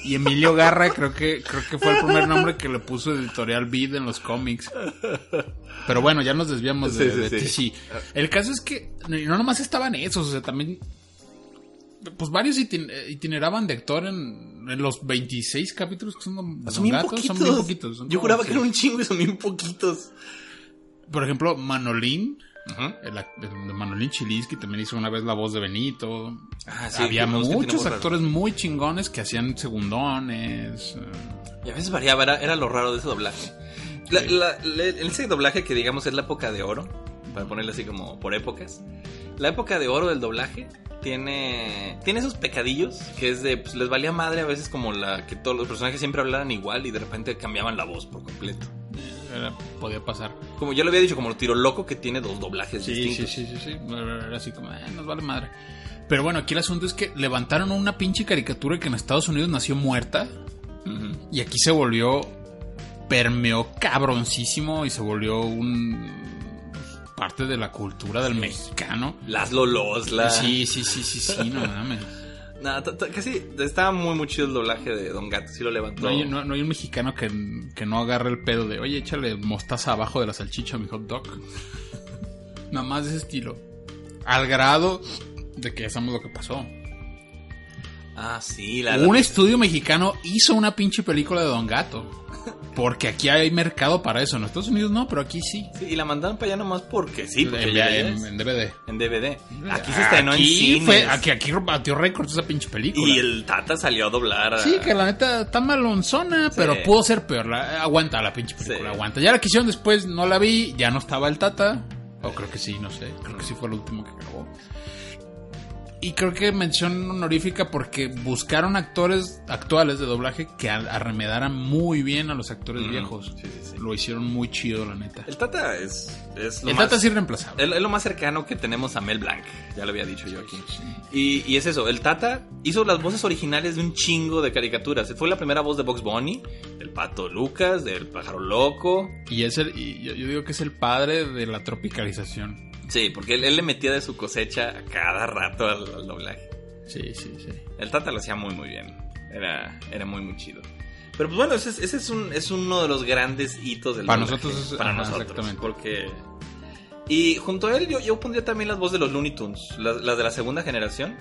Y Emilio Garra creo que creo que fue el primer nombre que le puso Editorial Vid en los cómics. Pero bueno, ya nos desviamos de,
Sí, sí,
de
sí.
TC. El caso es que no nomás estaban esos, o sea, también pues varios itin- eh, itineraban de actor en, en los 26 capítulos que son Don-
son
Don
bien
Gato,
poquitos.
son bien poquitos. son
Yo
como
juraba que
seis.
eran un chingo y son bien poquitos.
Por ejemplo, Manolín, el, ac- el de Manolín Chilinsky también hizo una vez la voz de Benito.
Ah, sí,
Había
que los que
muchos
tenemos raros.
actores muy chingones que hacían segundones. eh,
Y a veces variaba, era, era lo raro de ese doblaje. La-
Sí.
la- la- ese doblaje que digamos es la época de oro, para ponerle así como por épocas. La época de oro del doblaje tiene, tiene esos pecadillos que es de, pues les valía madre a veces como la que todos los personajes siempre hablaran igual y de repente cambiaban la voz por completo.
Era- podía pasar.
Como ya lo había dicho, como el tiro loco que tiene dos doblajes
Sí, sí,
distintos.
sí, sí, sí. Era así como, "Ah, nos vale madre. Pero bueno, aquí el asunto es que levantaron una pinche caricatura que en Estados Unidos nació muerta
Ujú.
y aquí se volvió, permeó cabroncísimo y se volvió un pues, parte de la cultura del mexicano.
Las lolos, las...
Sí, sí, sí, sí, sí, no mames.
Nada, ta- ta- casi estaba muy, muy chido el doblaje de Don Gato, sí lo levantó.
No hay, no- no hay un mexicano que, que no agarre el pedo de, oye, échale mostaza abajo de la salchicha a mi hot dog. Nada más de ese estilo. Al grado de que ya sabemos lo que pasó.
Ah, sí, la...
un estudio mexicano hizo una pinche película de Don Gato. Porque aquí hay mercado para eso. En Estados Unidos no, pero aquí sí.
Sí, y la mandaron para allá nomás porque sí, porque
en,
ya
en-
es
en DVD.
en DVD. Aquí se estrenó
Aquí
en cines.
fue- aquí, aquí batió récords esa pinche película.
Y el Tata salió a doblar. a-
Sí, que la neta está malonzona, pero pudo ser peor. La- aguanta la pinche película,
Sí.
aguanta. Ya la que hicieron después no la vi, ya no estaba el Tata. O creo que sí, no sé. Creo que sí fue el último que grabó. Y creo que mención honorífica porque buscaron actores actuales de doblaje que a- arremedaran muy bien a los actores
Ujú.
viejos.
Sí, sí, sí.
Lo hicieron muy chido, la neta.
El Tata es. es lo
El
más,
Tata sí reemplazable.
es, es lo más cercano que tenemos a Mel Blanc. Ya lo había dicho yo aquí. Y, y es eso, el Tata hizo las voces originales de un chingo de caricaturas. Fue la primera voz de Box Bunny, del Pato Lucas, del Pájaro Loco.
Y es el, y yo, yo digo que es el padre de la tropicalización.
Sí, porque él, él le metía de su cosecha a cada rato al- al doblaje.
Sí, sí, sí.
El Tata lo hacía muy muy bien. Era, era muy muy chido. Pero pues bueno, ese, es- ese es, un, es uno de los grandes hitos del
Para
doblaje.
nosotros es-
Para
ajá,
nosotros.
exactamente.
Porque... Y junto a él yo, yo pondría también las voces de los Looney Tunes, las, las de la segunda generación.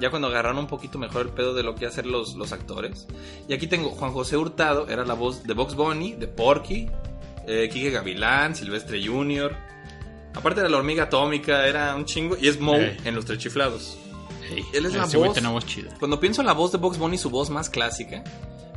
Ya cuando agarraron un poquito mejor el pedo de lo que hacen los, los actores. Y aquí tengo Juan José Hurtado, era la voz de Box Bunny, de Porky, eh, Quique Gavilán, Silvestre Jr. Aparte de la hormiga atómica, era un chingo. Y es Moe
Ey.
en Los Tres Chiflados.
Ey,
Él es la
ese güey
voz.
tiene voz chida.
Cuando pienso en la voz de Box Bunny, su voz más clásica,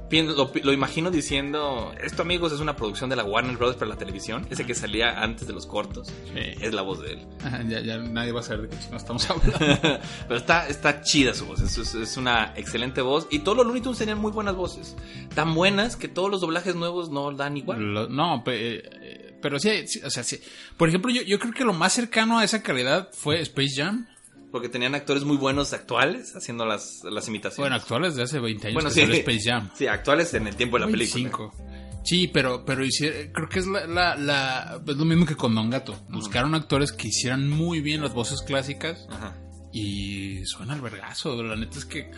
pien- lo, lo imagino diciendo, esto amigos es una producción de la Warner Brothers para la televisión, ese que salía antes de los cortos,
Sí.
es la voz de él.
Ajá, Ah, Ya, ya nadie va a saber de qué chingados estamos hablando.
Pero está, está chida su voz, es, es- es una excelente voz y todos los Looney Tunes tenían muy buenas voces, tan buenas que todos los doblajes nuevos no dan igual.
Lo- no, pe- eh, pero sí, sí, o sea, sí. Por ejemplo, yo, yo creo que lo más cercano a esa calidad fue Space Jam.
Porque tenían actores muy buenos actuales haciendo las, las imitaciones.
Bueno, actuales de hace 20 años
Bueno,
que
sí.
salió Space Jam.
Sí, actuales en el tiempo de la película.
25. Sí, pero, pero hici- creo que es la, la- la- es lo mismo que con Don Gato. Buscaron actores que hicieran muy bien las voces clásicas
Ajá.
y suena al vergazo. La neta es que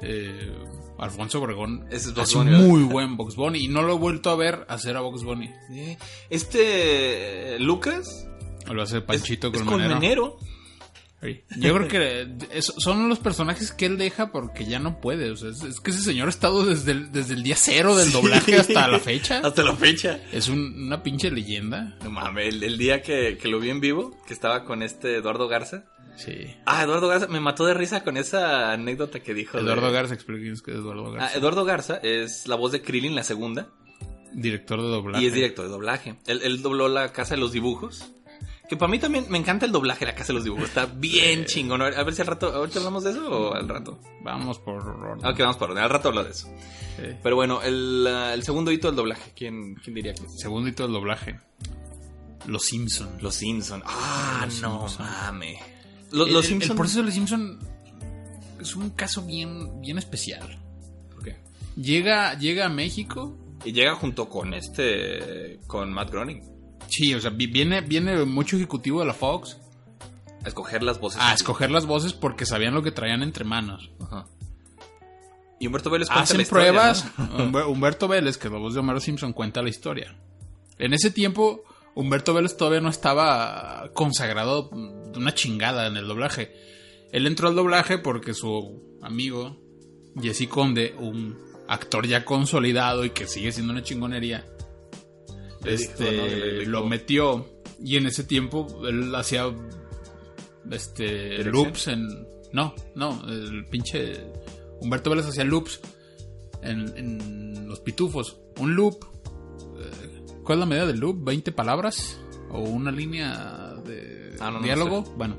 eh, Alfonso Obregón
Ese es Bugs
hace un
Bunny, ¿verdad?
muy buen Box Bunny y no lo he vuelto a ver hacer a Box Bunny.
Sí. Este eh, Lucas
Lo hace Panchito
es, es
Colmenero.
colmenero.
Oye, Yo creo que es- son los personajes que él deja porque ya no puede. O sea, es, es que ese señor ha estado desde el, desde el día cero del
Sí.
doblaje hasta la fecha.
Hasta la fecha.
Es un- una pinche leyenda.
No mames, el, el día que, que lo vi en vivo, que estaba con este Eduardo Garza.
Sí.
Ah, Eduardo Garza me mató de risa con esa anécdota que dijo. de-
Eduardo Garza, explíquenos que es Eduardo
Ah,
Garza.
Eduardo Garza es la voz de Krillin, la segunda.
Director de doblaje.
Y es director de doblaje. Él, él dobló La Casa de los Dibujos. Que para mí también me encanta el doblaje de La Casa de los Dibujos. Está bien chingón. A ver- a ver si al rato. ¿Ahorita hablamos de eso o al rato?
Vamos por orden.
Ok, vamos por orden. Al rato hablo de eso.
Sí.
Pero bueno, el, ah, el segundo hito del doblaje. ¿Quién, quién diría que es?
Segundo hito del doblaje. Los Simpson.
Los Simpson. Ah,
Los
no
Simpson.
mames. Los,
El-
los
el-
Simpson.
El proceso de los Simpson es un caso bien, bien especial.
¿Por qué?
Llega, llega a México.
Y llega junto con este. con Matt Groening.
Sí, o sea, vi- viene, viene mucho ejecutivo de la Fox
A escoger las voces.
a escoger las voces porque sabían lo que traían entre manos.
Ajá. Y Humberto Vélez cuenta
Hacen
la historia,
pruebas.
¿no?
Humber- Humberto Vélez, que es la voz de Homero Simpson, cuenta la historia. En ese tiempo, Humberto Vélez todavía no estaba consagrado de una chingada en el doblaje. Él entró al doblaje porque su amigo, Jesse Conde, un actor ya consolidado y que sigue siendo una chingonería,
Le dijo,
este,
¿no? Que le dijo-
lo metió. Y en ese tiempo él hacía este
¿Dirección?
loops en. No, no, el pinche. Humberto Vélez hacía loops en, en Los Pitufos. Un loop. eh, ¿Cuál es la medida del loop? ¿20 palabras? ¿O una línea de
Ah, no, no
diálogo? Bueno,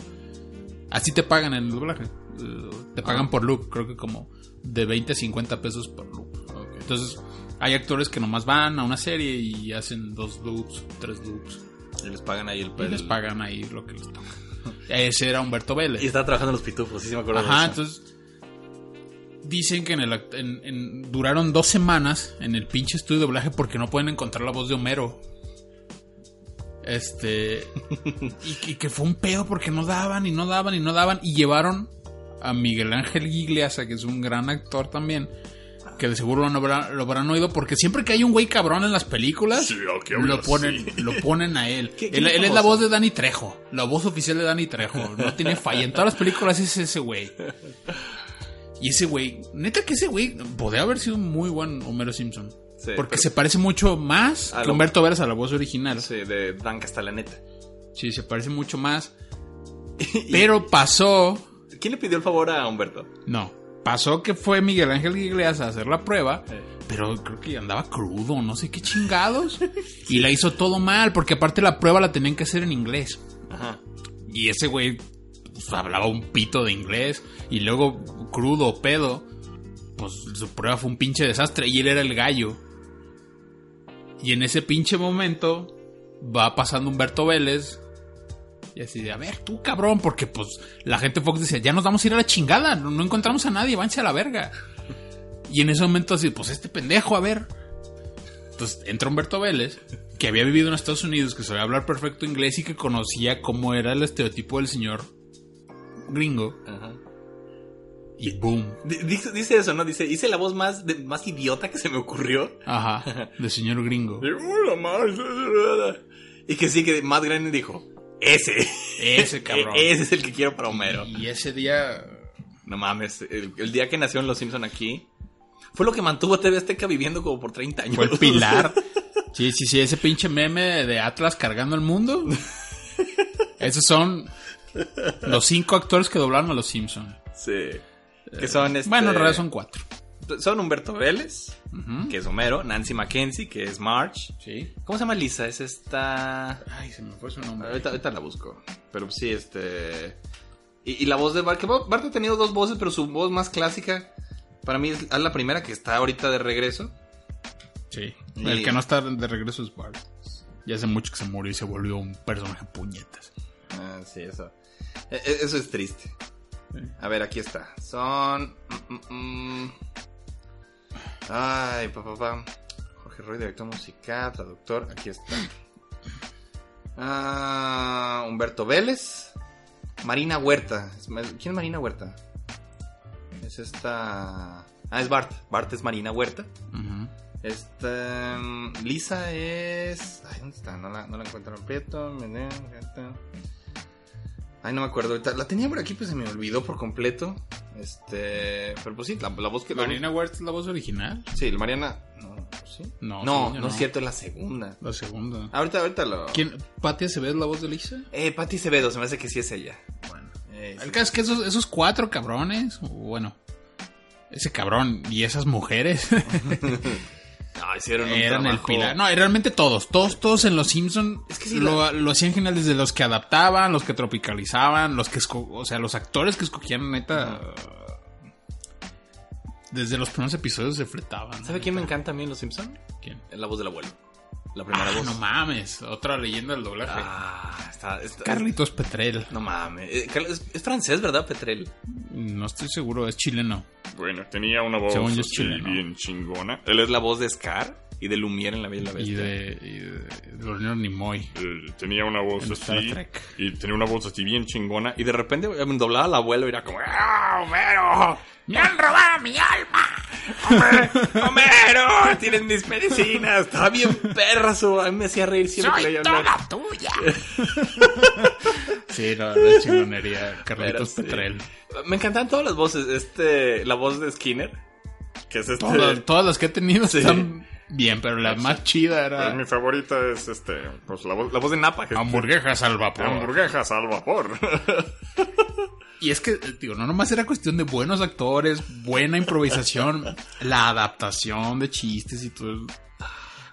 así te pagan en el doblaje. Eh, Te pagan
Ah.
por loop, creo que como de 20 a 50 pesos por loop. Entonces, hay actores que nomás van a una serie y hacen dos loops, tres loops.
Y les pagan ahí el
Y les pagan ahí lo que les toca. Ese era Humberto Vélez.
Y estaba trabajando en los pitufos, sí, sí me acuerdo. de
Ajá,
eso.
entonces. Dicen que en el, act- en- en- duraron dos semanas en el pinche estudio de doblaje porque no pueden encontrar la voz de Homero. Este. y, y que fue un pedo porque no daban y no daban y no daban. Y llevaron a Miguel Ángel Gigliasa, que es un gran actor también. Que de seguro lo habrán, lo habrán oído porque siempre que hay un güey cabrón en las películas,
Sí, aquí habla
lo, ponen,
así.
lo ponen a él.
¿Qué-
él
qué
él es la
famoso?
voz de Dani Trejo, la voz oficial de Dani Trejo. No tiene falla. En todas las películas es ese güey. Y ese güey, neta que ese güey podría haber sido un muy buen Homero Simpson.
Sí,
porque
pero-
se parece mucho más
A
a
lo-
Humberto Veras a la voz original. Sí.
Sí, de Dan Castellaneta.
se parece mucho más. Pero pasó.
¿Quién le pidió el favor a Humberto?
No. Pasó que fue Miguel Ángel Iglesias a hacer la prueba.
Eh.
Pero creo que andaba crudo, no sé qué chingados. Y la hizo todo mal, porque aparte la prueba la tenían que hacer en inglés.
Ajá.
Y ese güey pues, hablaba un pito de inglés y luego crudo pedo. Pues su prueba fue un pinche desastre y él era el gallo. Y en ese pinche momento va pasando Humberto Vélez. Y así de, a ver, tú cabrón, porque pues la gente Fox decía, ya nos vamos a ir a la chingada, no, no encontramos a nadie, váyanse a la verga. Y en ese momento así, pues este pendejo, a ver. Entonces entra Humberto Vélez, que había vivido en Estados Unidos, que sabía hablar perfecto inglés y que conocía cómo era el estereotipo del señor gringo.
Ajá.
Y boom.
Di- Dice, dice eso, ¿no? Dice, hice la voz más, de- más idiota que se me ocurrió.
Ajá, del señor gringo.
De, "Hola, Mar". Y que sí, que Matt Groening dijo, ese.
Ese cabrón.
E- Ese es el que quiero para Homero.
Y ese día...
No mames, el, el día que nacieron Los Simpson aquí, fue lo que mantuvo a TV Azteca viviendo como por 30 años.
Fue el pilar. Sí, sí, sí, ese pinche meme de Atlas cargando el mundo. Esos son los cinco actores que doblaron a los Simpson.
sí. Que son este...
Eh, Bueno, en realidad son cuatro.
Son Humberto Vélez,
Ujú.
que es Homero, Nancy Mackenzie, que es Marge.
Sí.
¿Cómo se llama Lisa? Es esta...
Ay, se me fue su nombre.
Ahorita, ahorita la busco. Pero sí, este. Y, y la voz de Bart. Que Bart ha tenido dos voces, pero su voz más clásica. Para mí es es la primera que está ahorita de regreso.
Sí.
Y-
El que no está de regreso es Bart. Ya hace mucho que se murió y se volvió un personaje puñetas.
Ah, sí, eso. E- e- Eso es triste. A ver, aquí está. Son. mm, mm, mm. Ay, papá, papá. Jorge Roy, director musical, traductor. Aquí está. Ah, Humberto Vélez. Marina Huerta. Es ma- ¿Quién es Marina Huerta? Es esta. Ah, es Bart. Bart es Marina Huerta.
Ujú.
Esta. mm, Lisa es. Ay, ¿dónde está? No la, no la encuentro en Prieto. me- me- me- me-
Ay, no me acuerdo. ahorita. La tenía por aquí, pues se me olvidó por completo. Este. Pero pues sí, la, la voz que. la voz-
¿Marina Wertz es la voz original?
Sí, el Mariana. No, sí.
No,
no,
según
no
yo no.
es cierto, Ah. es la segunda.
La segunda.
Ahorita, ahorita lo.
¿Quién? ¿Patia se ve la voz de Lisa?
Eh, Pati Cebedo, se me hace que sí es ella.
Bueno.
Eh, sí.
El caso es que esos, esos cuatro cabrones, o bueno, ese cabrón y esas mujeres
No, Ah, hicieron un
eran el
trabajo-
pilar. No, y realmente todos, todos, todos en Los Simpson
Es que sí,
lo, lo hacían genial desde los que adaptaban, los que tropicalizaban, los que, esco- o sea, los actores que escogían neta. Desde los primeros episodios se fletaban.
¿Sabe quién me encanta a mí en Los Simpson?
¿Quién?
Es la voz del abuelo. La primera
Ah,
voz.
no mames, otra leyenda del doblaje.
Ah, está, está-
Carlitos Petrel.
No mames. Eh, Carlos, Es, es francés, ¿verdad, Petrel?
No estoy seguro, es chileno.
Bueno, tenía una voz
Según yo es
así
chileno.
bien chingona.
Él es la voz de Scar y de Lumière en La Bella y la
Y
Bestia.
de, y de- de Leonardo Nimoy.
Eh, tenía una voz
En Star
así.
Trek.
Y tenía una voz así bien chingona.
Y de repente eh, doblaba al abuelo y era como... ¡Ah, Homero!
¡Me han robado mi alma!
¡Homero! ¡Tienes mis medicinas! Estaba bien perra su... A mí me hacía reír siempre que leía hablar.
tuya! sí, no, la chingonería. Carlitos
Pero sí.
Petrel.
Me encantaban todas las voces. Este... La voz de Skinner. Que es este...
Todas, todas las que he tenido están bien, pero la más chida
Pues mi
era
favorita es este, pues la voz, la voz de Napa.
Ah,
que-
hamburguesas al vapor.
Hamburguesas al vapor.
Y es que, eh, digo, no nomás era cuestión de buenos actores, buena improvisación, la adaptación de chistes y todo. eso.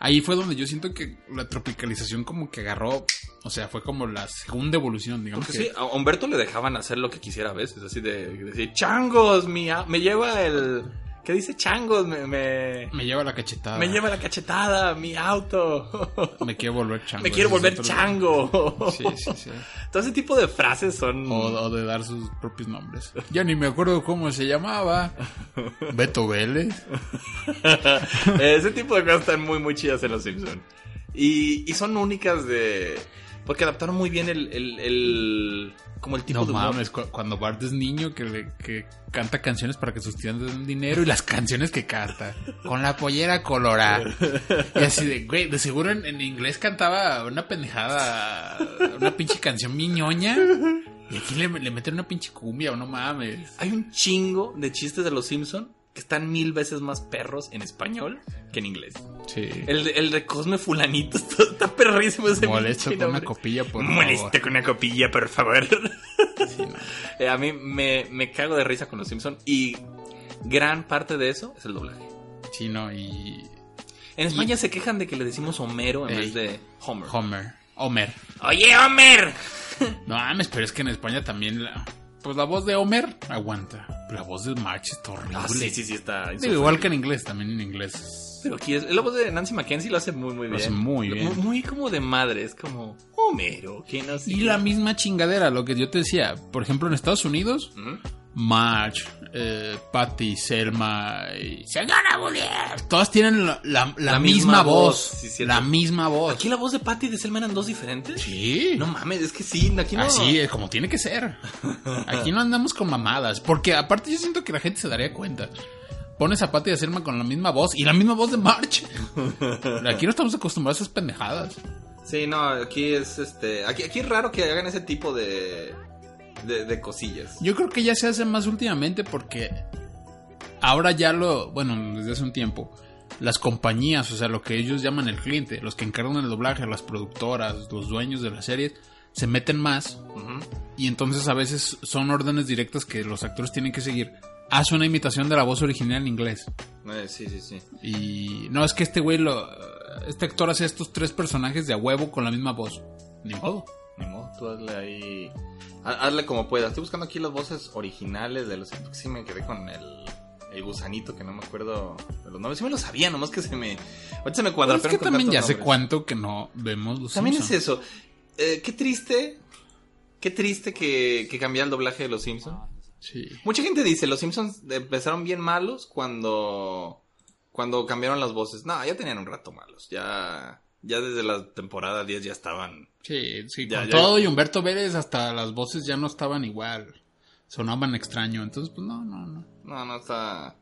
Ahí fue donde yo siento que la tropicalización como que agarró, o sea, fue como la segunda evolución, digamos
Porque
que.
sí, a Humberto le dejaban hacer lo que quisiera a veces, así de, de decir, changos, mi a- me lleva el... ¿Qué dice changos? Me, me,
Me lleva la cachetada.
me lleva la cachetada, mi auto.
Me quiero volver chango.
me quiero
Ese es
volver
otro-
chango.
Sí, sí, sí.
Todo ese tipo de frases son...
O, o de dar sus propios nombres. Ya ni me acuerdo cómo se llamaba. Beto Vélez.
ese tipo de cosas están muy, muy chidas en Los Simpsons. Y, y son únicas de... Porque adaptaron muy bien el... el, el- como el tipo
No
de humor.
mames, cu- cuando Bart es niño que, le, que canta canciones para que sus tías le den dinero y las canciones que canta. Con la pollera colorada. Y así de, güey, de seguro en, en inglés cantaba una pendejada, una pinche canción miñoña. Y aquí le, le meten una pinche cumbia, no mames.
Hay un chingo de chistes de Los Simpsons que están mil veces más perros en español que en inglés.
Sí.
El, este el de Cosme Fulanito está, está perrísimo ese
Molesto
pinche
con una
nombre.
copilla, por favor.
Molesto con una copilla, por favor.
Sí, no.
Eh, a mí me, me cago de risa con los Simpsons y gran parte de eso es el doblaje.
Sí, no, y
En España se quejan de que le decimos Homero en
Ey.
vez de Homer.
Homer. Homer.
¡Oye, Homer!
No mames, pero es que en España también la... Pues la voz de Homer aguanta. Pero la voz de March está horrible.
Ah, sí, sí, sí, está.
Digo, igual que en inglés, también en inglés.
Pero aquí es. La voz de Nancy Mackenzie lo hace muy, muy bien.
Lo hace muy bien.
Muy, muy como de madre. Es como. Homero, ¿quién no sé
Y
qué.
la misma chingadera, lo que yo te decía. Por ejemplo, en Estados Unidos,
Ujú.
March, eh, Patty, Selma y... ¡Señora Bullier! Todas tienen la, la- la
La
misma,
misma voz,
voz.
sí, cierto.
la misma voz.
Aquí la voz de Patty y de Selma eran dos diferentes.
Sí.
No mames, es que sí, aquí no.
Así es, como tiene que ser. Aquí no andamos con mamadas. Porque aparte yo siento que la gente se daría cuenta. Pones a Patty y a Selma con la misma voz y la misma voz de March. Aquí no estamos acostumbrados a esas pendejadas.
Sí, no, aquí es este. Aquí, aquí es raro que hagan ese tipo de. de, de cosillas.
Yo creo que ya se hace más últimamente porque ahora ya lo, bueno, desde hace un tiempo, las compañías, o sea, lo que ellos llaman el cliente, los que encargan el doblaje, las productoras, los dueños de las series, se meten más y entonces a veces son órdenes directas que los actores tienen que seguir. Haz una imitación de la voz original en inglés.
Eh, sí, sí, sí.
Y no, es que este güey lo, este actor hace estos tres personajes de a huevo con la misma voz. Ni modo.
Ni modo, tú hazle ahí. ha- Hazle como puedas. Estoy buscando aquí las voces originales de los. porque Sí, me quedé con el. El gusanito que no me acuerdo de los nombres. Sí me lo sabía, nomás que se me. Ahorita se me cuadra.
es que también ya sé cuánto que no vemos los
También es
Simpson.
eso. Eh, qué triste. Qué triste que, que cambiara el doblaje de los Simpsons.
Sí.
Mucha gente dice, los Simpsons empezaron bien malos cuando cuando cambiaron las voces. No, ya tenían un rato malos. Ya ya desde la temporada 10 ya estaban.
Sí, sí,
Ya,
con
ya.
todo y Humberto Vélez hasta las voces ya no estaban igual. Sonaban extraño, entonces pues no, no, no.
No, no está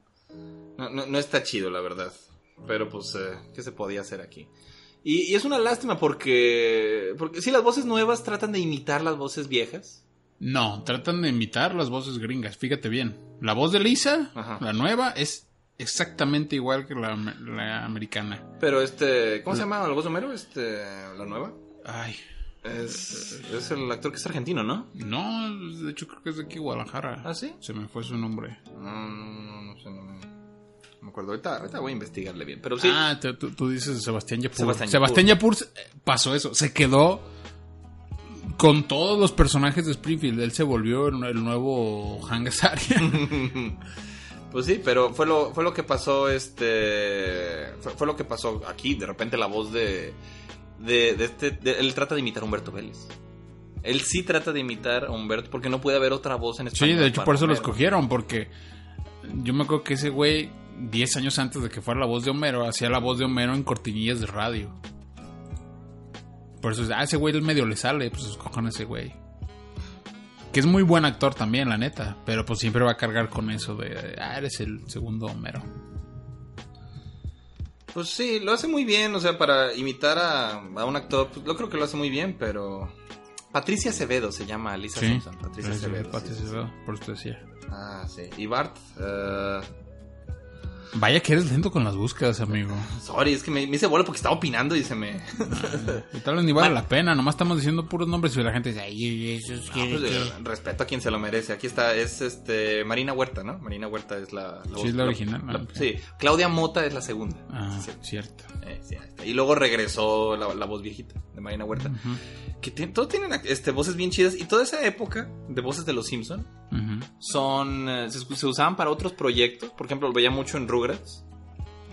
no, no, no está chido, la verdad. Pero pues eh, qué se podía hacer aquí. Y, y es una lástima porque porque sí las voces nuevas tratan de imitar las voces viejas.
No, tratan de imitar las voces gringas, fíjate bien. La voz de Lisa,
Ajá.
la nueva, es exactamente igual que la, la americana.
Pero este, ¿cómo se llama la voz de Homero? Este, la nueva.
Ay,
Es, es el actor que es argentino, ¿no?
no, de hecho creo que es de aquí, Guadalajara.
¿Ah, sí?
Se me fue su nombre.
No, no, no, no sé, no me, no me acuerdo. Ahorita, ahorita voy a investigarle bien. Pero Pues sí,
Ah, te- tú, tú dices Sebastián Yapur.
Sebastián
Sebastián,
Yapur.
Yapur se- pasó eso, se quedó con todos los personajes de Springfield. Él se volvió el, el nuevo Hangasaria.
pues sí, pero fue lo, fue lo que pasó, este, fue, fue lo que pasó aquí. De repente la voz de, de, de este, de- él trata de imitar a Humberto Vélez. Él sí trata de imitar a Humberto porque no puede haber otra voz en
sí,
español.
de hecho
para
por eso lo
Homero.
escogieron, porque yo me acuerdo que ese güey, 10 años antes de que fuera la voz de Homero, hacía la voz de Homero en cortinillas de radio. Por eso, ah, ese güey medio le sale, pues escojan a ese güey. Que es muy buen actor también, la neta. Pero pues siempre va a cargar con eso de, ah, eres el segundo Homero.
Pues sí, lo hace muy bien, o sea, para imitar a, a un actor, pues, yo creo que lo hace muy bien, pero... Patricia Acevedo se llama Lisa
Sí.
Simpson. Patricia
Gracias,
Acevedo.
Pati
sí, sí, sí.
Acevedo, por eso te decía.
Ah, sí. Y Bart, eh,
Vaya que eres lento con las búsquedas, amigo.
sorry, es que me, me hice bola porque estaba opinando y se me...
Y tal vez ni vale la pena, nomás estamos diciendo puros nombres y la gente dice, ay, eso es que...
No, pues, eh, respeto a quien se lo merece. Aquí está, es este Marina Huerta, ¿no? Marina Huerta es la...
Sí, es la original, ah, ok.
Sí, Claudia Mota es la segunda.
Ah,
Sí,
cierto.
eh, sí, ahí está. Y luego regresó la, la voz viejita de Marina Huerta. Que tiene- todos tienen este, voces bien chidas y toda esa época de voces de los Simpson
Ujú.
son eh, se, se usaban para otros proyectos. Por ejemplo, lo veía mucho en Rugrats.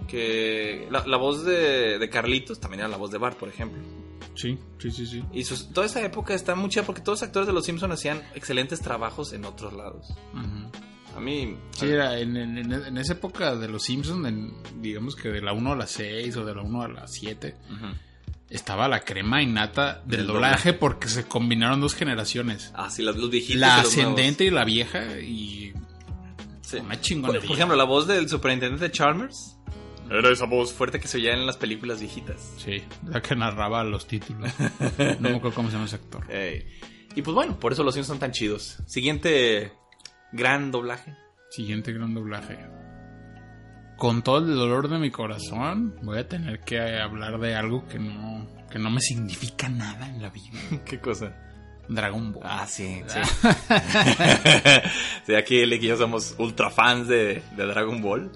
Que la, la voz de, de Carlitos también era la voz de Bart, por ejemplo.
Sí, sí, sí, sí.
Y sus- toda esa época está mucha porque todos los actores de Los Simpsons hacían excelentes trabajos en otros lados.
Ujú.
A mí...
Sí, era en, en- en- en esa época de los Simpsons, en- digamos que de la 1 a la 6 o de la 1 a la 7,
Ujú.
estaba la crema innata del,
Del
doblaje porque se combinaron dos generaciones.
Ah, sí, las- los viejitos.
La
y los nuevos.
ascendente y la vieja y
Sí.
una
Por,
chingonería.
por ejemplo, la voz del superintendente de Chalmers.
Era esa voz
Fuerte que se oía en las películas viejitas.
Sí, la que narraba los títulos. No me acuerdo cómo se llama ese actor.
Ey. Y pues bueno, por eso los Simpsons son tan chidos. Siguiente gran doblaje.
Siguiente gran doblaje. Con todo el dolor de mi corazón, voy a tener que hablar de algo que no, que no me significa nada en la vida.
¿Qué cosa?
Dragon Ball.
Ah, sí, sí. sí, aquí él y yo somos ultra fans de, de Dragon Ball.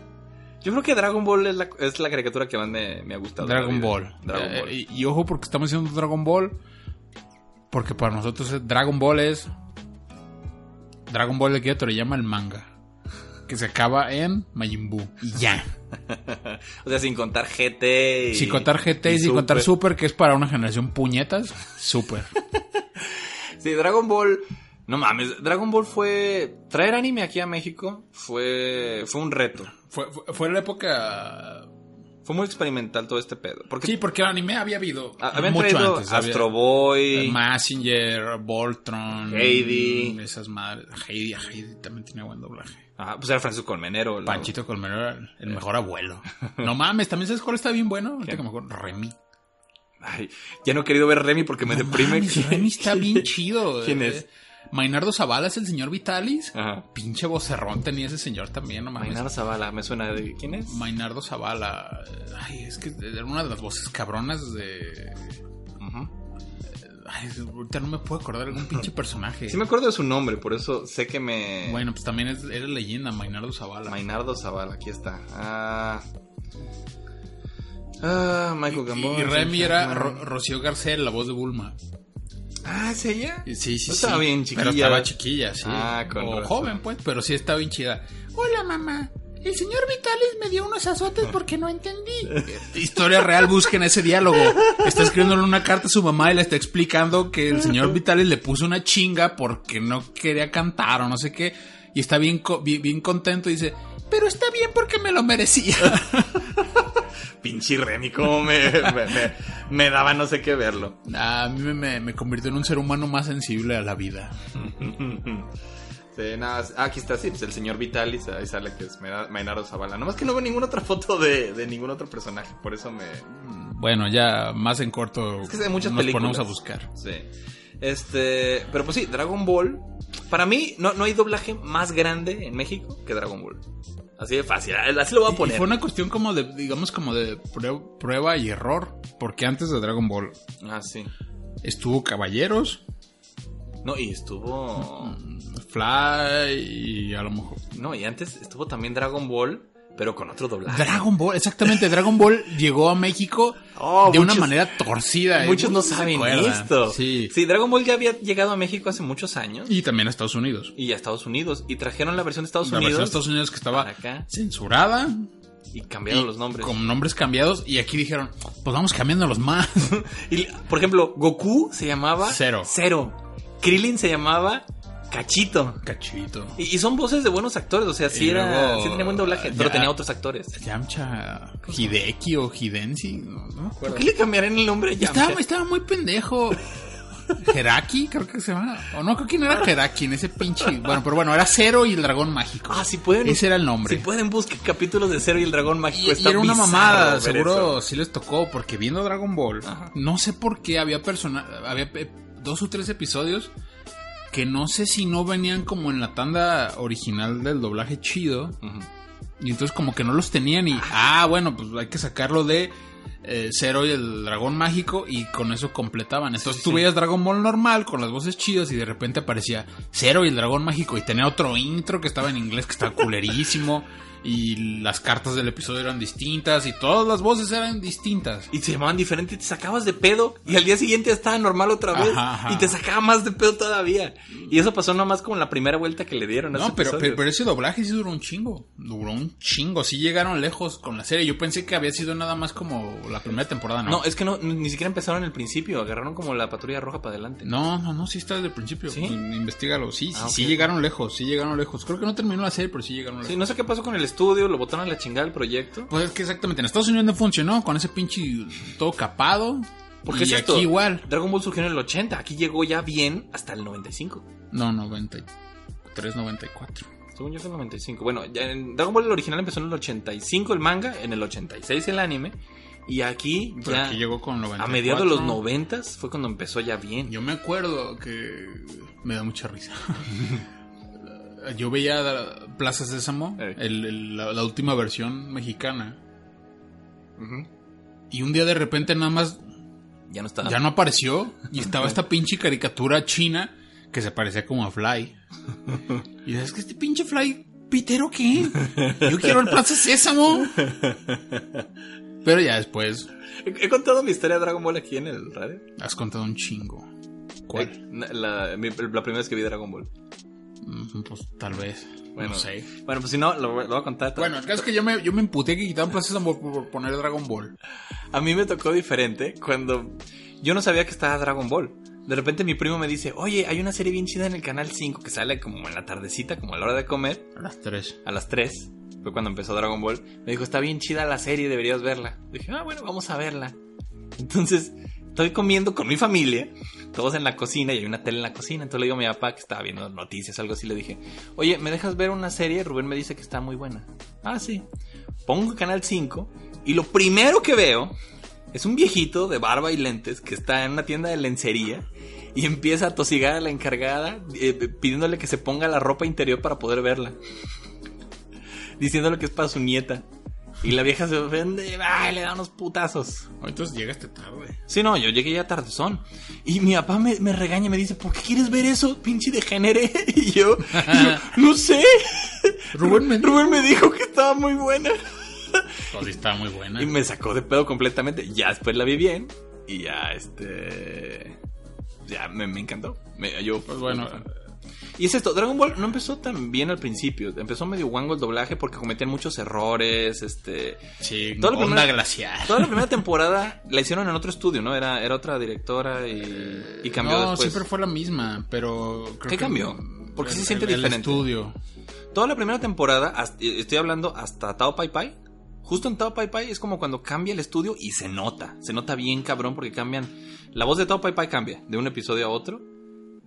Yo creo que Dragon Ball es la, es la caricatura que más me, me ha gustado. en la
Dragon
vida.
Ball.
Dragon
Eh,
Ball.
y, y ojo porque estamos diciendo Dragon Ball. Porque para nosotros es- Dragon Ball es... Dragon Ball de Akira Toriyama el manga. Que se acaba en Majin Buu. Y ya.
o sea, sin contar GT. Y,
Sin contar GT y sin contar Super, que es para una generación puñetas. Super.
Sí, Dragon Ball. No mames, Dragon Ball fue. Traer anime aquí a México fue, fue un reto.
fue, fue, fue la época
Fue muy experimental todo este pedo. Porque
Sí, porque el anime había habido
a- Ah, habían
mucho
traído
antes. había-
Astro Boy.
eh, Mazinger, Voltron,
Heidi.
esas madres. Heidi, Heidi también tenía buen doblaje.
Ajá, pues era Francisco Colmenero. la-
Panchito Colmero era el
Eh.
mejor abuelo. No mames, también sabes cuál está bien bueno. Ahorita
¿Qué?
que me acuerdo, Remy.
Ay, ya no he querido ver Remy porque me deprime.
Mames,
que-
Remy está bien chido.
¿Quién
eh.
es?
Mainardo Zavala es el señor Vitalis.
Ajá.
Pinche vocerrón tenía ese señor también, no mames.
Mainardo Zavala, me suena de. ¿Quién es?
Mainardo Zavala. eh, Ay, es que era una de las voces cabronas de.
Ujú.
Ay, ahorita no me puedo acordar de algún pinche personaje.
Sí me acuerdo de su nombre, por eso sé que me.
Bueno, pues también es, era leyenda, Mainardo Zavala.
Mainardo Zavala, aquí está. Ah. Ah, Michael
y,
Gambon.
y Remy
Jim
era
Hackman.
Ro- Rocío Garcel, la voz de Bulma.
Ah, ¿es ella?
Y Sí, sí,
No estaba
sí.
bien chiquilla.
Pero estaba chiquilla, sí.
Ah, con
o
razón.
joven, pues, pero sí estaba bien chida. Hola, mamá. El señor Vitalis me dio unos azotes porque no entendí. Historia real, busquen ese diálogo. Está escribiéndole una carta a su mamá y le está explicando que el señor Vitalis le puso una chinga porque no quería cantar o no sé qué. Y está bien, co- bien, bien contento y dice, pero está bien porque me lo merecía.
Pinche Remy, como me, me, me- me daba no sé qué verlo.
Ah, A mí me, me, me convirtió en un ser humano más sensible a la vida.
Sí, nada, ah, aquí está, sí, pues el señor Vitalis, ahí sale que es Mena- Mainardo Zavala. Nomás que no veo ninguna otra foto de, de ningún otro personaje, por eso me...
Bueno, ya más en corto
que se ven muchas
nos
películas.
ponemos a buscar.
Sí. Este, pero pues sí, Dragon Ball. Para mí, no, no hay doblaje más grande en México que Dragon Ball. Así de fácil, así lo voy a
Y
poner.
fue una cuestión como de, digamos, como de prue- prueba y error. Porque antes de Dragon Ball
Ah, sí.
estuvo Caballeros,
No, y estuvo.
Fly y a lo mejor.
No, y antes estuvo también Dragon Ball, pero con otro doblaje.
Dragon Ball, exactamente. Dragon Ball llegó a México
Oh,
de una
muchos-
manera torcida. eh,
Muchos no
se
saben
acuerdan.
esto.
Sí.
Dragon Ball ya había llegado a México hace muchos años
Y también a Estados Unidos.
y a Estados Unidos. Y trajeron la versión de Estados
La versión de
Unidos
Estados Unidos que estaba
para acá
censurada.
y cambiaron
y
los nombres.
Con nombres cambiados. Y aquí dijeron, pues vamos cambiándolos más.
Y, por ejemplo, Goku se llamaba
Cero.
Krillin se llamaba Cachito.
Cachito.
Y, y son voces de buenos actores, o sea, sí,
Y
era,
luego,
sí tenía buen doblaje,
ya.
pero tenía otros actores.
Yamcha Hideki o Hidensi. No, no me acuerdo.
¿Por qué le cambiarían el nombre a Yamcha?
Estaba, estaba muy pendejo. Heraki, creo que se llama. O no, creo que no era Heraki en ese pinche. Bueno, pero bueno, era Cero y el dragón mágico.
Ah, si pueden.
Ese era el nombre.
Si pueden, busquen capítulos de Cero y el Dragón
Y-
Mágico.
y,
Está
era una
pues, bizarro
mamada,
ver
seguro
eso.
sí les tocó, porque viendo Dragon Ball,
Ajá.
no sé por qué había persona había pe- dos o tres episodios que no sé si no venían como en la tanda original del doblaje chido,
Ujú.
y entonces como que no los tenían y, ah, bueno, pues hay que sacarlo de eh, Zero y el dragón mágico y con eso completaban. Entonces tú veías Dragon Ball normal con las voces chidas y de repente aparecía Zero y el dragón mágico y tenía otro intro que estaba en inglés que estaba culerísimo y las cartas del episodio eran distintas y todas las voces eran distintas.
Y se llamaban diferente y te sacabas de pedo. Y al día siguiente ya estaba normal otra vez.
Ajá, ajá.
Y te sacaba más de pedo todavía. Y eso pasó nomás como en la primera vuelta que le dieron. a ese
No, pero,
episodio.
pero, pero ese doblaje sí duró un chingo. Duró un chingo. Sí llegaron lejos con la serie. Yo pensé que había sido nada más como la primera temporada, ¿no?
No, es que no, ni siquiera empezaron en el principio. Agarraron como la patrulla roja para adelante.
No, no, no, sí está desde el principio.
¿Sí?
In- Investígalo. Sí, sí,
Ah,
sí
ok.
llegaron lejos, sí llegaron lejos. Creo que no terminó la serie, pero sí llegaron lejos.
Sí, no sé qué pasó con el estudio. Lo botaron a la chingada el proyecto.
Pues es que exactamente, en Estados Unidos no funcionó con ese pinche todo capado.
Porque
y
es
aquí
esto,
igual.
Dragon Ball surgió en el 80. Aquí llegó ya bien hasta el 95.
No, 93, 94.
Según yo es el 95. Bueno, ya en Dragon Ball el original empezó en el 85 el manga, en el 86 el anime. Y aquí
Pero
ya
aquí llegó con 94.
a mediados de los 90 fue cuando empezó ya bien.
Yo me acuerdo que me da mucha risa. Yo veía la- Plaza Sésamo,
Eh.
el- el- la, la última versión mexicana.
Ujú.
Y un día de repente nada más
Ya no estaba.
ya no apareció y estaba esta pinche caricatura china que se parecía como a Fly. Y es que este pinche Fly pitero qué? Yo quiero el Plaza Sésamo. Pero ya después
He, he contado mi historia de Dragon Ball aquí en el radio.
has contado un chingo. ¿Cuál?
Eh, La, mi- la primera vez que vi Dragon Ball.
Mm, Pues tal vez.
Bueno.
no sé.
Bueno, pues si no, lo, voy- lo voy a contar.
Bueno, el caso es que yo me, yo me emputé que quitaron Plaza Sésamo por, por poner Dragon Ball.
A mí me tocó diferente cuando yo no sabía que estaba Dragon Ball. De repente mi primo me dice, oye, hay una serie bien chida en el Canal 5 que sale como en la tardecita, como a la hora de comer.
A las tres.
a las 3, fue cuando empezó Dragon Ball, me dijo, está bien chida la serie, deberías verla. Dije, ah, bueno, vamos a verla. Entonces, estoy comiendo con mi familia, todos en la cocina y hay una tele en la cocina. Entonces le digo a mi papá que estaba viendo noticias o algo así, le dije, oye, ¿me dejas ver una serie? Rubén me dice que está muy buena. Ah, sí. Pongo Canal 5 y lo primero que veo es un viejito de barba y lentes que está en una tienda de lencería y empieza a tosigar a la encargada eh, pidiéndole que se ponga la ropa interior para poder verla diciéndole que es para su nieta. Y la vieja se ofende, ¡ay! le da unos putazos.
Oh, entonces llegaste tarde.
Sí, no, yo llegué ya tardezón. Y mi papá me, me regaña y me dice, ¿por qué quieres ver eso, pinche degenere? Y yo, y yo, no sé.
Rubén me-
Rubén me dijo que estaba muy buena.
Pues sí, estaba muy buena.
Y me sacó de pedo completamente. Ya después la vi bien. Y ya, este... Ya me, me encantó. Me- yo, eh,
Pues bueno,
Y es esto, Dragon Ball no empezó tan bien al principio. Empezó medio guango el doblaje porque cometían muchos errores, este...
sí,
Todo lo
onda
primero-
glacial.
Toda la primera temporada la hicieron en otro estudio, ¿no? Era, era otra directora y, y cambió
no,
después.
siempre fue la misma, pero... Creo
¿Qué cambió? ¿Por qué se siente
el- el
diferente?
estudio.
Toda la primera temporada, hasta- eh, estoy hablando hasta Tao Pai Pai. Justo en Tao Pai Pai es como cuando cambia el estudio y se nota. Se nota bien cabrón porque cambian. La voz de Tao Pai Pai cambia de un episodio a otro.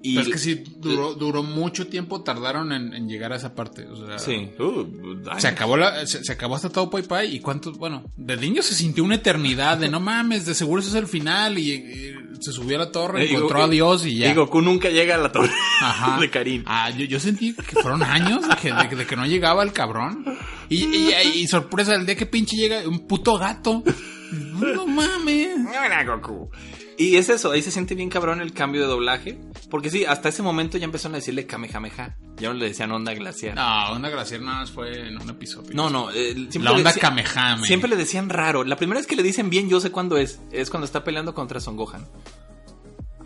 Y
Pero es que sí, duró, duró mucho tiempo, tardaron en, en llegar a esa parte. O sea,
Sí. Uh,
Se acabó, la, se, se acabó hasta todo Pai Pai y cuántos, bueno, de niño se sintió una eternidad de no mames, de seguro eso es el final y, y se subió a la torre,
Eh, digo,
encontró
eh,
a Dios y ya.
Y Goku nunca llega a la torre
Ajá.
de Karin.
Ah, yo, yo sentí que fueron años de que, de- de que no llegaba el cabrón. Y, y- y sorpresa, el día que pinche llega un puto gato. No mames.
Hola, Goku.
Y es eso, ahí se siente bien cabrón el cambio de doblaje. Porque sí, hasta ese momento ya empezaron a decirle Kamehameha. Ya no le decían onda glacial.
No, onda glaciar nada más fue en un episodio.
No, no. eh, siempre
la onda
le decía-
Kamehame.
Siempre le decían raro. La primera vez que le dicen bien, yo sé cuándo es. Es cuando está peleando contra Son Gohan.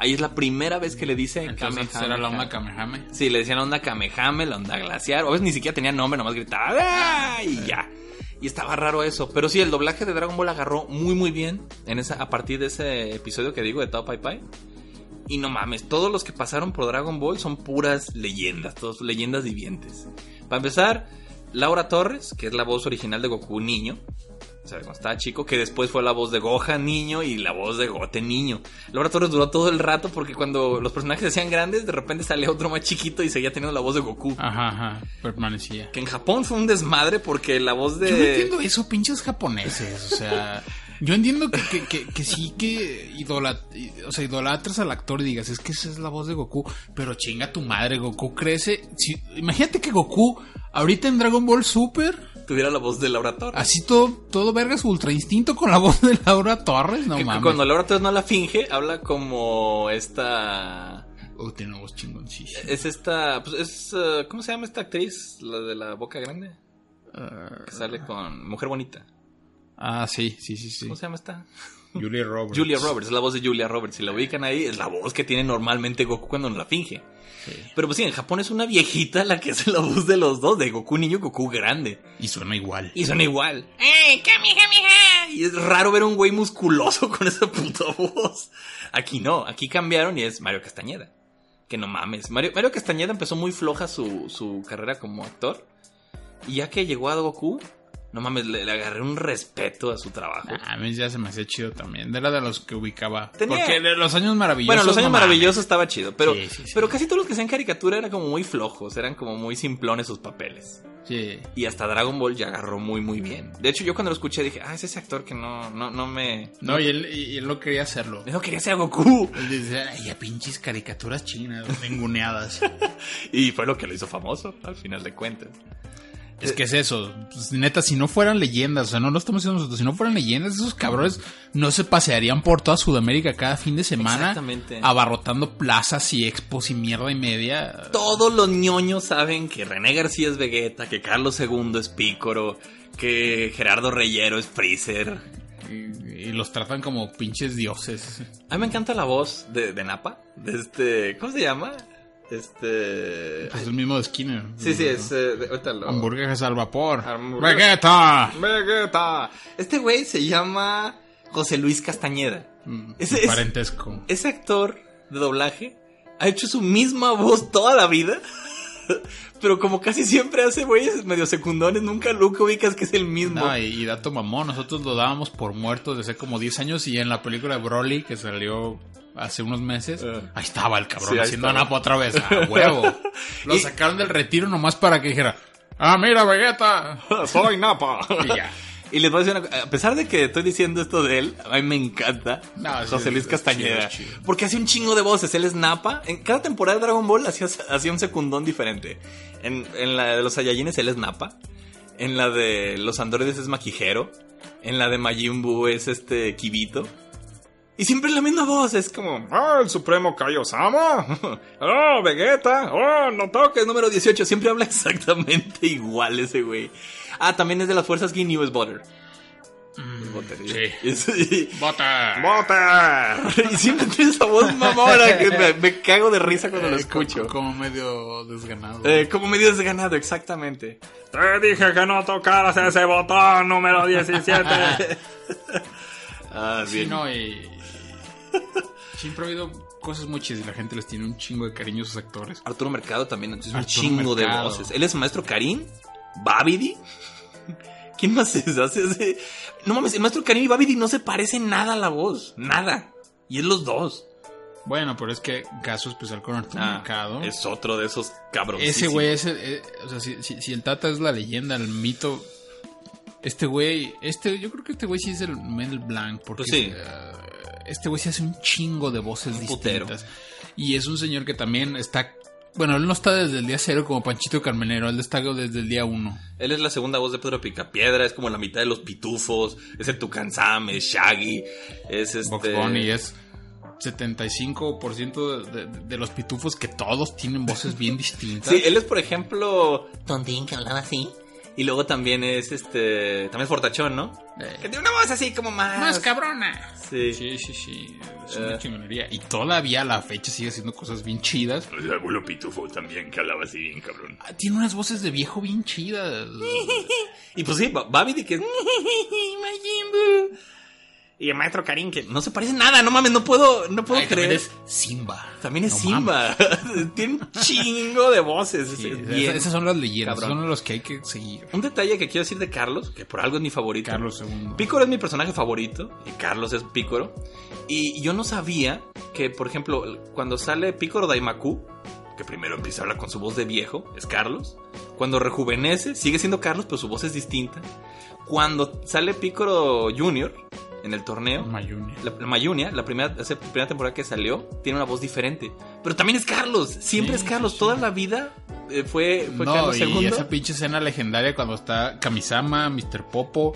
Ahí es la primera vez que le dicen
Entonces antes
Kamehameha.
era la onda Kamehame.
Sí, le decían la onda Kamehame, la onda glaciar. O a veces ni siquiera tenía nombre, nomás gritaba "¡Ah!", y ya. Y estaba raro eso. Pero sí, el doblaje de Dragon Ball agarró muy, muy bien en esa, a partir de ese episodio que digo de Tao Pai Pai. Y no mames, todos los que pasaron por Dragon Ball son puras leyendas, todos leyendas vivientes. Para empezar, Laura Torres, que es la voz original de Goku niño. O sea, cuando estaba chico, que después fue la voz de Gohan niño y la voz de Gote niño. Laura Torres duró todo el rato porque cuando los personajes se hacían grandes, de repente salía otro más chiquito y seguía teniendo la voz de Goku.
Ajá, ajá. Permanecía.
Que en Japón fue un desmadre porque la voz de...
Yo no entiendo eso, pinches japoneses. O sea, yo entiendo que, que, que- que sí que idolat o sea, idolatras al actor y digas, es que esa es la voz de Goku, pero chinga tu madre, Goku crece. Si- imagínate que Goku, ahorita en Dragon Ball Super,
Tuviera la voz de Laura Torres.
así todo, todo vergas ultra instinto con la voz de Laura Torres, no
Que- que
mames.
cuando Laura Torres no la finge, habla como esta...
Oh, tiene una voz chingoncilla.
Es esta... pues, es, eh, ¿Cómo se llama esta actriz? La de la boca grande. Que sale con Mujer Bonita.
Ah, sí, sí, sí, sí.
¿Cómo se llama esta?
Julia Roberts.
Julia Roberts, es la voz de Julia Roberts. Si la ubican ahí, es la voz que tiene normalmente Goku cuando no la finge. Pero pues sí, en Japón es una viejita la que hace la voz de los dos, de Goku niño y Goku grande.
Y suena igual.
Y son igual. ¡Eh, Kamehameha! Y es raro ver a un güey musculoso con esa puta voz. Aquí no, aquí cambiaron y es Mario Castañeda. Que no mames. Mario, Mario Castañeda empezó muy floja su, su carrera como actor. Y ya que llegó a Goku, no mames, le, le agarré un respeto a su trabajo.
Ah, A mí ya se me hacía chido también. Era de los que ubicaba.
Tenía-
Porque de los años maravillosos.
Bueno, los años
no mames.
maravillosos estaba chido, pero,
Sí, sí, sí.
pero casi todos los que sean caricatura eran como muy flojos, eran como muy simplones sus papeles.
Sí.
Y hasta Dragon Ball ya agarró muy, muy bien. De hecho, yo cuando lo escuché dije, ah, es ese actor que no, no, no me.
No, y él, y él no quería hacerlo.
No quería ser Goku.
Él decía, ay, a pinches caricaturas chinas, ninguneadas.
Y fue lo que lo hizo famoso, al final de cuentas.
es que es eso. Pues, neta, si no fueran leyendas, o sea, no lo estamos diciendo nosotros, si no fueran leyendas, esos cabrones no se pasearían por toda Sudamérica cada fin de semana.
Exactamente.
Abarrotando plazas y expos y mierda y media.
Todos los ñoños saben que René García es Vegeta, que Carlos II es Pícoro, que Gerardo Reyero es Freezer.
Y, y los tratan como pinches dioses.
A mí me encanta la voz de, de Napa, de este. ¿Cómo se llama? Este.
Pues el mismo de Skinner.
Sí, sí, es. eh, de- ahorita lo-
Hamburguesas al vapor.
Hamburguesas.
¡Vegeta!
Vegeta. Este güey se llama José Luis Castañeda.
Mm,
Ese es-
Parentesco.
Ese actor de doblaje ha hecho su misma voz toda la vida. Pero como casi siempre hace güeyes medio secundones, nunca lo ubicas que es el mismo.
No, Ah, y, y dato mamón, nosotros lo dábamos por muerto desde hace como 10 años y en la película de Broly que salió hace unos meses,
Eh.
ahí estaba el cabrón
Sí, ahí
haciendo
estaba.
napo otra vez, a huevo. lo
Y-
sacaron del retiro nomás para que dijera, ah, mira, Vegeta.
Soy Napa.
Y ya.
Y les voy a decir una cosa, a pesar de que estoy diciendo esto de él, a mí me encanta
No, sí,
José Luis
es- es
Castañeda.
chido, es chido.
Porque hace un chingo de voces, él es Napa. En cada temporada de Dragon Ball hacía, hacía un secundón diferente. En, en la de los Saiyajines él es Napa. En la de los androides es Maquijero. En la de Majin Buu es este Kibito. Y siempre es la misma voz, es como...
¡Ah, el supremo Kaiosama!
¡Oh, Vegeta! ¡Oh, no toques! Número 18. Siempre habla exactamente igual ese güey. Ah, también es de las fuerzas Ginyu es Butter. Es Butter, y- y-
Mm, Bota.
¡Bota!
y siempre tiene esa voz mamona que me, me cago de risa cuando lo escucho.
Eh, Como medio desganado.
Eh, como medio desganado, exactamente.
Te dije que no tocaras ese botón número 17.
Ah,
Sí,
bien.
no, y... Siempre ha habido cosas muy chidas y la gente les tiene un chingo de cariño a sus actores.
Arturo Mercado también es un
Arturo
chingo de
Mercado.
voces. Él es maestro Karim, Babidi. ¿Quién más es? Hace, hace- No mames, el maestro Karim y Babidi no se parecen nada a la voz. Nada. Y es los dos.
Bueno, pero es que caso especial con Arturo Mercado.
Ah, Es otro de esos cabros.
Ese güey es el- eh, o sea, si, si- si el Tata es la leyenda, el mito. Este güey, este, yo creo que este güey sí es el Mel Blanc, porque
Pues sí.
eh, Este güey se hace un chingo de voces
putero.
distintas. Y es un señor que también está. Bueno, él no está desde el día cero como Panchito Carmenero, él está desde el día uno.
Él es la segunda voz de Pedro Picapiedra, es como la mitad de los pitufos, es el Tucán Sam, es Shaggy, es este...
Box Bunny es 75% de, de- de los pitufos que todos tienen voces bien distintas.
Sí, él es, por ejemplo, Tontín, que hablaba así. Y luego también es este... También es Fortachón, ¿no?
Eh,
Que tiene una voz así como más...
más cabrona.
Sí.
Sí, sí, sí. Es una
Eh.
chingonería. Y todavía a la fecha sigue haciendo cosas bien chidas.
El abuelo Pitufo también que hablaba así bien cabrón.
Ah, Tiene unas voces de viejo bien chidas.
Y pues sí, Ba- Babi de que es... Majin Buu. Y el maestro Karim que no se parece nada, no mames, no puedo, no puedo
Ay, también
creer.
es Simba.
También es
No
Simba. Tiene un chingo de voces. es-
Sí,
es
esas-
bien.
esas son las leyendas,
cabrón.
son los que hay que seguir.
Un detalle que quiero decir de Carlos, que por algo es mi favorito.
Carlos II.
Pícoro es mi personaje favorito y Carlos es Pícoro. Y yo no sabía que, por ejemplo, cuando sale Pícoro Daimaku, que primero empieza a hablar con su voz de viejo, es Carlos. Cuando rejuvenece, sigue siendo Carlos, pero su voz es distinta. Cuando sale Pícoro Junior en el torneo,
Mayune.
la, la Mayunia, la primera, esa primera temporada que salió, tiene una voz diferente. Pero también es Carlos, siempre
Sí,
es Carlos.
sí,
Toda
sí.
la vida eh, fue, fue
No,
Carlos
y
II.
esa pinche escena legendaria cuando está Kamisama, Mr. Popo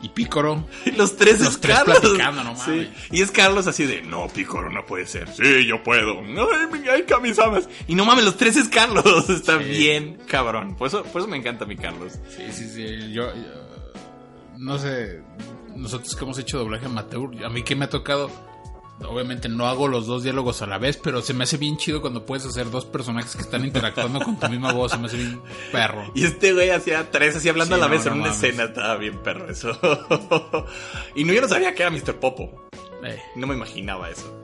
y Pícoro.
Los tres
Los
es
tres
Carlos.
platicando, no mames.
Sí. Y es Carlos así de, no, Picoro, no puede ser. Sí, yo puedo. Ay, mi- ay, camisamas. Y no mames, los tres es Carlos. Está
Sí.
bien, cabrón. Por eso, por eso me encanta mi Carlos.
Sí, sí, sí. Yo, yo- no sé, nosotros que hemos hecho doblaje amateur, a mí que me ha tocado, obviamente no hago los dos diálogos a la vez, pero se me hace bien chido cuando puedes hacer dos personajes que están interactuando con tu misma voz, se me hace bien perro.
Y este güey hacía tres así hablando
Sí,
a la
no,
vez
no
en una
mames.
escena. Estaba bien perro eso. y no, yo no sabía que era Mr. Popo.
Eh,
No me imaginaba eso.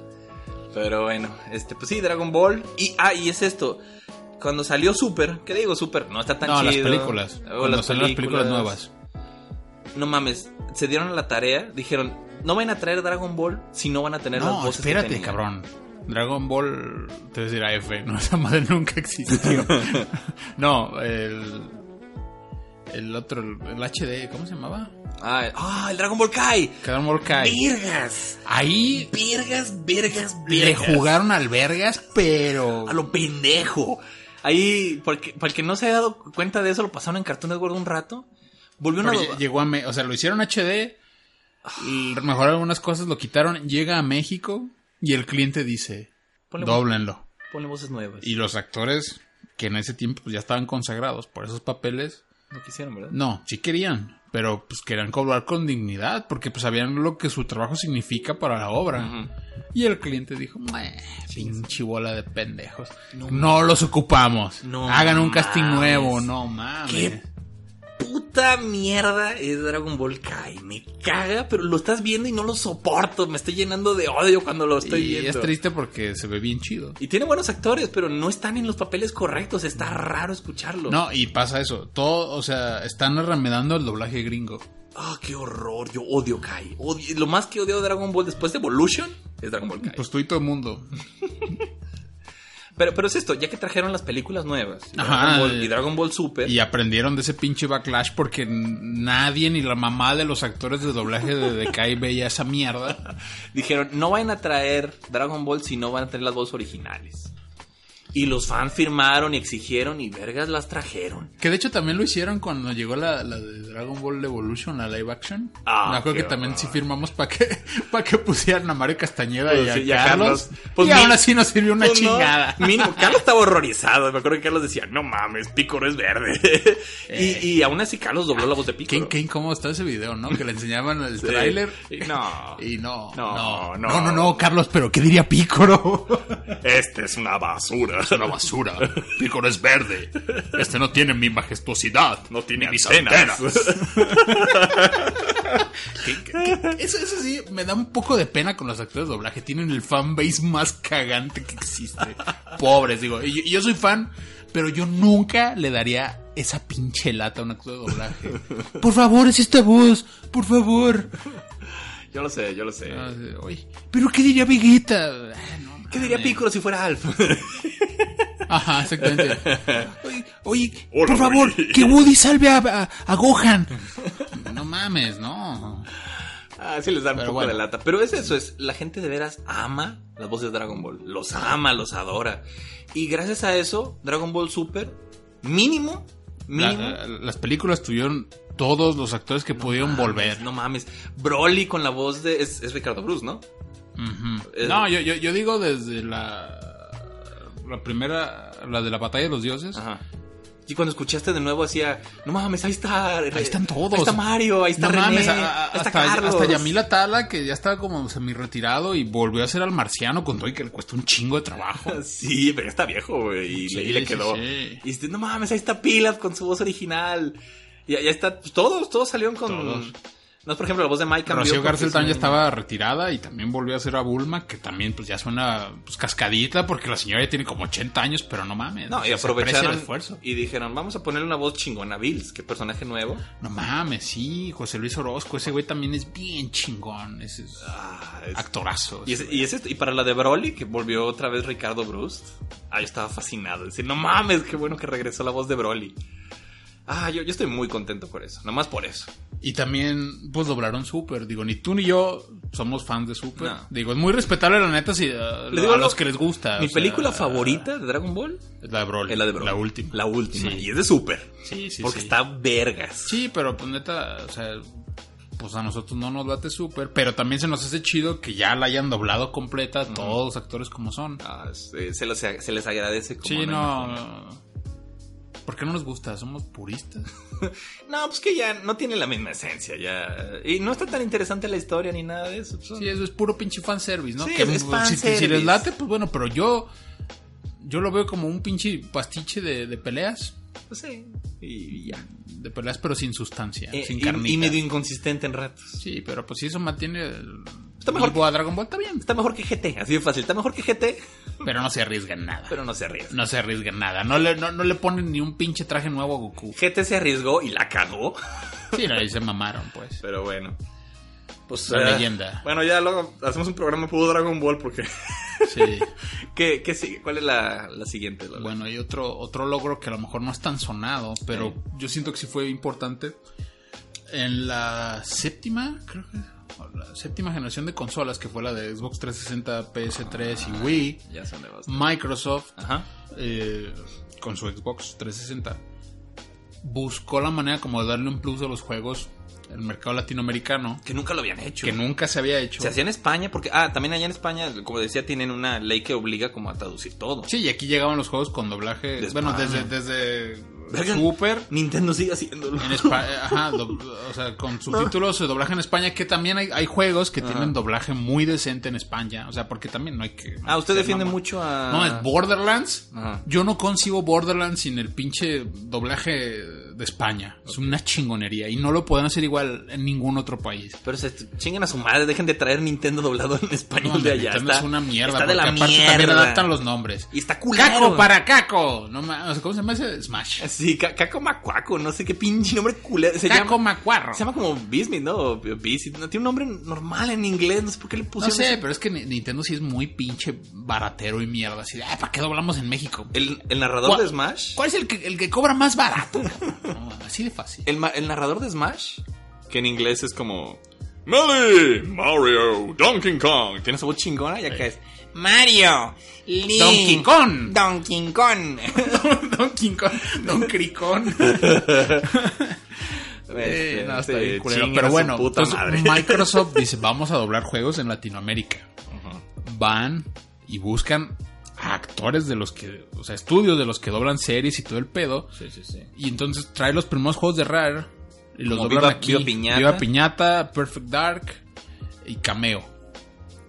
Pero bueno, este, pues sí, Dragon Ball. Y, ah, y es esto. Cuando salió Super, ¿qué digo Super? No está tan
no, las
chido.
películas.
O
cuando salen las películas nuevas.
no mames, se dieron a la tarea, dijeron, no van a traer Dragon Ball si no van a tener las
No,
voces. que
espérate,
tenían".
cabrón. Dragon Ball, te voy a decir AF, no, esa madre nunca existió. no, el, el otro, el HD, ¿cómo se llamaba?
Ah, el- ah, el Dragon Ball Kai.
Dragon Ball Kai.
Virgas,
Ahí
virgas, virgas,
le
virgas.
jugaron al vergas, pero...
a lo pendejo. Ahí, porque, porque no se ha dado cuenta de eso, lo pasaron en Cartoon Network un rato. Volvió una
pero lle- llegó a... Me- o sea, lo hicieron HD, l- mejoraron algunas cosas, lo quitaron, llega a México y el cliente dice,
Ponle-
doblenlo.
Ponle voces nuevas.
Y los actores que en ese tiempo pues, ya estaban consagrados por esos papeles,
No quisieron, ¿verdad?
no, sí querían, pero pues querían cobrar con dignidad porque pues sabían lo que su trabajo significa para la obra.
Ujú.
Y el cliente dijo, "Mue, pinche bola de pendejos. No, los ocupamos.
No
Hagan un casting
mames.
nuevo. No mames.
¿Qué puta mierda es Dragon Ball Kai? Me caga, pero lo estás viendo y no lo soporto. Me estoy llenando de odio cuando lo estoy
y
viendo.
es triste porque se ve bien chido.
Y tiene buenos actores, pero no están en los papeles correctos. Está raro escucharlo.
No, y pasa eso. Todo, o sea, están remedando el doblaje gringo.
Ah, qué horror. Yo odio Kai. Odio- Lo más que odio de Dragon Ball después de Evolution es Dragon Ball Kai.
Pues tú y todo el mundo.
pero, pero es esto, ya que trajeron las películas nuevas y
Ajá.
Dragon Ball, y Dragon Ball Super.
Y aprendieron de ese pinche backlash porque nadie ni la mamá de los actores de doblaje de Decay veía esa mierda.
Dijeron, no van a traer Dragon Ball si no van a traer las voces originales. Y los fans firmaron y exigieron y vergas las trajeron.
Que de hecho también lo hicieron cuando llegó la, la de Dragon Ball Evolution, la live action.
Ah,
Me acuerdo
qué
que también sí firmamos para que, pa' que pusieran a Mario Castañeda
Pues
y a
sí, y a
Carlos.
Carlos. Pues
y
mi-
aún así nos sirvió una
Pues no,
chingada.
mínimo, Carlos estaba horrorizado. Me acuerdo que Carlos decía, no mames, Picoro es verde. Y, y aún así Carlos dobló la voz de
Qué,
Picoro.
qué incómodo está ese video, ¿no? Que le enseñaban el tráiler.
No.
Y no,
No,
no, no,
no.
no, no, Carlos, pero ¿qué diría Pícoro?
Esta Este es una basura.
Es una basura. Pícoro es verde. Este no tiene mi majestuosidad.
No tiene
ni
antenas.
¿Qué- qué- qué- Eso, eso sí, me da un poco de pena con los actores de doblaje. Tienen el fanbase más cagante que existe. Pobres, digo. Y, y yo soy fan, pero yo nunca le daría esa pinche lata a un actor de doblaje. Por favor, es esta voz. Por favor.
Yo lo sé, yo lo sé.
Ah, sí, oye, pero ¿qué diría Vegeta? Ah, no,
¿Qué diría
mames.
Piccolo si fuera Alf?
Ajá, exactamente. Oye, oye,
Hola,
por favor,
Woody.
que Woody salve a, a- a Gohan. No mames, no.
Ah, sí les da un
Pero
poco
bueno.
de lata. Pero es eso, es la gente de veras ama las voces de Dragon Ball. Los ama, los adora. Y gracias a eso, Dragon Ball Super, mínimo,
La-
mínimo.
la- las películas tuvieron todos los actores que pudieron
mames,
volver.
pues, No mames. Broly con la voz de. Es, es Ricardo Bruce, ¿no?
Ujú.
Eh,
No, yo, yo, yo digo desde la, la primera, la de la batalla de los dioses.
Ajá. Y cuando escuchaste de nuevo, hacía. No mames, ahí está. Ahí
están todos.
Ahí está Mario, ahí está
No
René,
mames, a- a-
ahí está
hasta,
Carlos.
hasta Yamila Tala, que ya estaba como semi retirado y volvió a ser al marciano con todo y que le cuesta un chingo de trabajo.
Sí, pero está viejo, güey. Y,
Sí,
le- y le
sí,
quedó.
sí.
Y dices, no mames, ahí está Pilaf con su voz original. Y ya está. pues, Todos, todos salieron con.
Todos.
No, por ejemplo, la voz de Mike cambió.
Rocío
porque
Garcel también ya
es un-
estaba retirada y también volvió a ser a Bulma, que también pues ya suena pues, cascadita porque la señora ya tiene como 80 años, pero no mames.
No, y
se aprecia
aprovecharon
el esfuerzo.
y dijeron, vamos a ponerle una voz chingona a Bills, que personaje nuevo.
No mames, sí, José Luis Orozco, ese güey también es bien chingón, ese es
Ah, es-
actorazo.
Y,
ese
ese- y ese- y para la de Broly, que volvió otra vez Ricardo Bruce, ah, yo estaba fascinado. Decir, no mames, qué bueno que regresó la voz de Broly. Ah, yo, yo estoy muy contento por eso, nomás por eso.
Y también, pues doblaron Super. Digo, ni tú ni yo somos fans de Super.
No.
Digo, es muy respetable, la neta, si, uh,
Le digo
a
lo-
los que les gusta.
Mi
Ah, o sea,
película favorita de Dragon Ball
Es la de Broly.
es la de Broly.
La última.
La última.
Sí.
Y es de Super.
Sí, sí,
porque
sí.
está vergas.
Sí, pero pues neta, o sea, pues a nosotros no nos late Super. Pero también se nos hace chido que ya la hayan doblado completa todos los actores como son.
Ah, se, se los- se les agradece. Como
sí,
hay
no.
mejor.
¿Por qué no nos gusta? Somos puristas.
No, pues que ya no tiene la misma esencia. ya Y no está tan interesante la historia ni nada de eso. Pues, Son-
Sí, eso es puro pinche fanservice, ¿no?
Sí,
que
es
pues, si, si
fanservice.
les late, pues bueno, pero yo. Yo lo veo como un pinche pastiche de, de peleas.
pues sí, Y ya.
De peleas, pero sin sustancia,
Eh,
sin
y- y,
carnita.
medio inconsistente en ratos.
Sí, pero pues si eso mantiene el
Está mejor
vivo a Dragon Ball, está bien.
Está mejor que GT, así de fácil. Está mejor que GT,
Pero no se arriesgan nada.
pero no se arriesga.
No se arriesgan nada. No le, no, no le ponen ni un pinche traje nuevo a Goku.
GT se arriesgó y la cagó.
Sí, no, ahí se mamaron, pues.
Pero bueno. Pues,
La
ah,
leyenda.
Bueno, ya luego hacemos un programa puro Dragon Ball porque...
Sí.
¿Qué, qué sigue? ¿Cuál es la, la siguiente? Lola?
Bueno, hay otro, otro logro que a lo mejor no es tan sonado, pero yo siento que sí fue importante. En la séptima, creo que o la séptima generación de consolas, que fue la de Xbox 360, PS3 y Wii,
Ya son de basta.
Microsoft,
Ajá.
eh, con su Xbox 360, buscó la manera como de darle un plus a los juegos al mercado latinoamericano,
Que nunca lo habían hecho.
que nunca se había hecho.
Se hacía en España porque... Ah, también allá en España, como decía, tienen una ley que obliga como a traducir todo.
Sí, y aquí llegaban los juegos con doblaje.
De
bueno,
España.
desde, desde
Verga.
Super.
Nintendo sigue haciéndolo.
En España, ajá, do- o sea, con subtítulos, doblaje en España, que también hay, hay juegos que tienen doblaje muy decente en España, o sea, porque también no hay que... no hay
Ah, usted
que ser
defiende
mamón.
mucho a...
No, es Borderlands.
Ah. Ajá.
Yo no concibo Borderlands sin el pinche doblaje de España. Es una chingonería y no lo pueden hacer igual en ningún otro país.
Pero se chinguen a su madre, dejen de traer Nintendo doblado en español
No,
de allá.
Nintendo
Está,
es una mierda.
Está de la
porque aparte también
mierda.
adaptan los nombres.
Y está culero.
¡Caco para Caco! No, ma- o sea, ¿Cómo se llama ese? Smash.
Sí, ca- Caco Macuaco, no sé qué pinche nombre culero. Se
Caco
llama,
Macuarro.
se llama como Bismith, ¿no? O Bismith, No tiene un nombre normal en inglés, no sé por qué le
No
pusieron.
sé,
ese-
pero es que Ni- Nintendo sí es muy pinche baratero y mierda. Así, de, "Ah, ¿para qué doblamos en México?
El, el narrador
¿Cuál-
de Smash.
¿Cuál es el que, el que cobra más barato? No, así de fácil.
El, ma- el narrador de Smash, que en inglés es como.
Melee, Mario, Donkey Kong.
Tiene esa voz chingona y acá es.
Mario, Link,
Donkey Kong.
Donkey Kong.
Donkey Kong. Don Cricón.
este,
no, está
sí,
bien culero.
chinguen a
Pero
su
bueno,
puta
entonces,
madre.
Microsoft dice, vamos a doblar juegos en Latinoamérica. Van y buscan a actores de los que, o sea, estudios de los que doblan series y todo el pedo.
Sí, sí, sí.
Y entonces trae los primeros juegos de Rare. Y los
Como
doblan
Viva-
aquí.
Viva Piñata.
Viva Piñata, Perfect Dark y Cameo.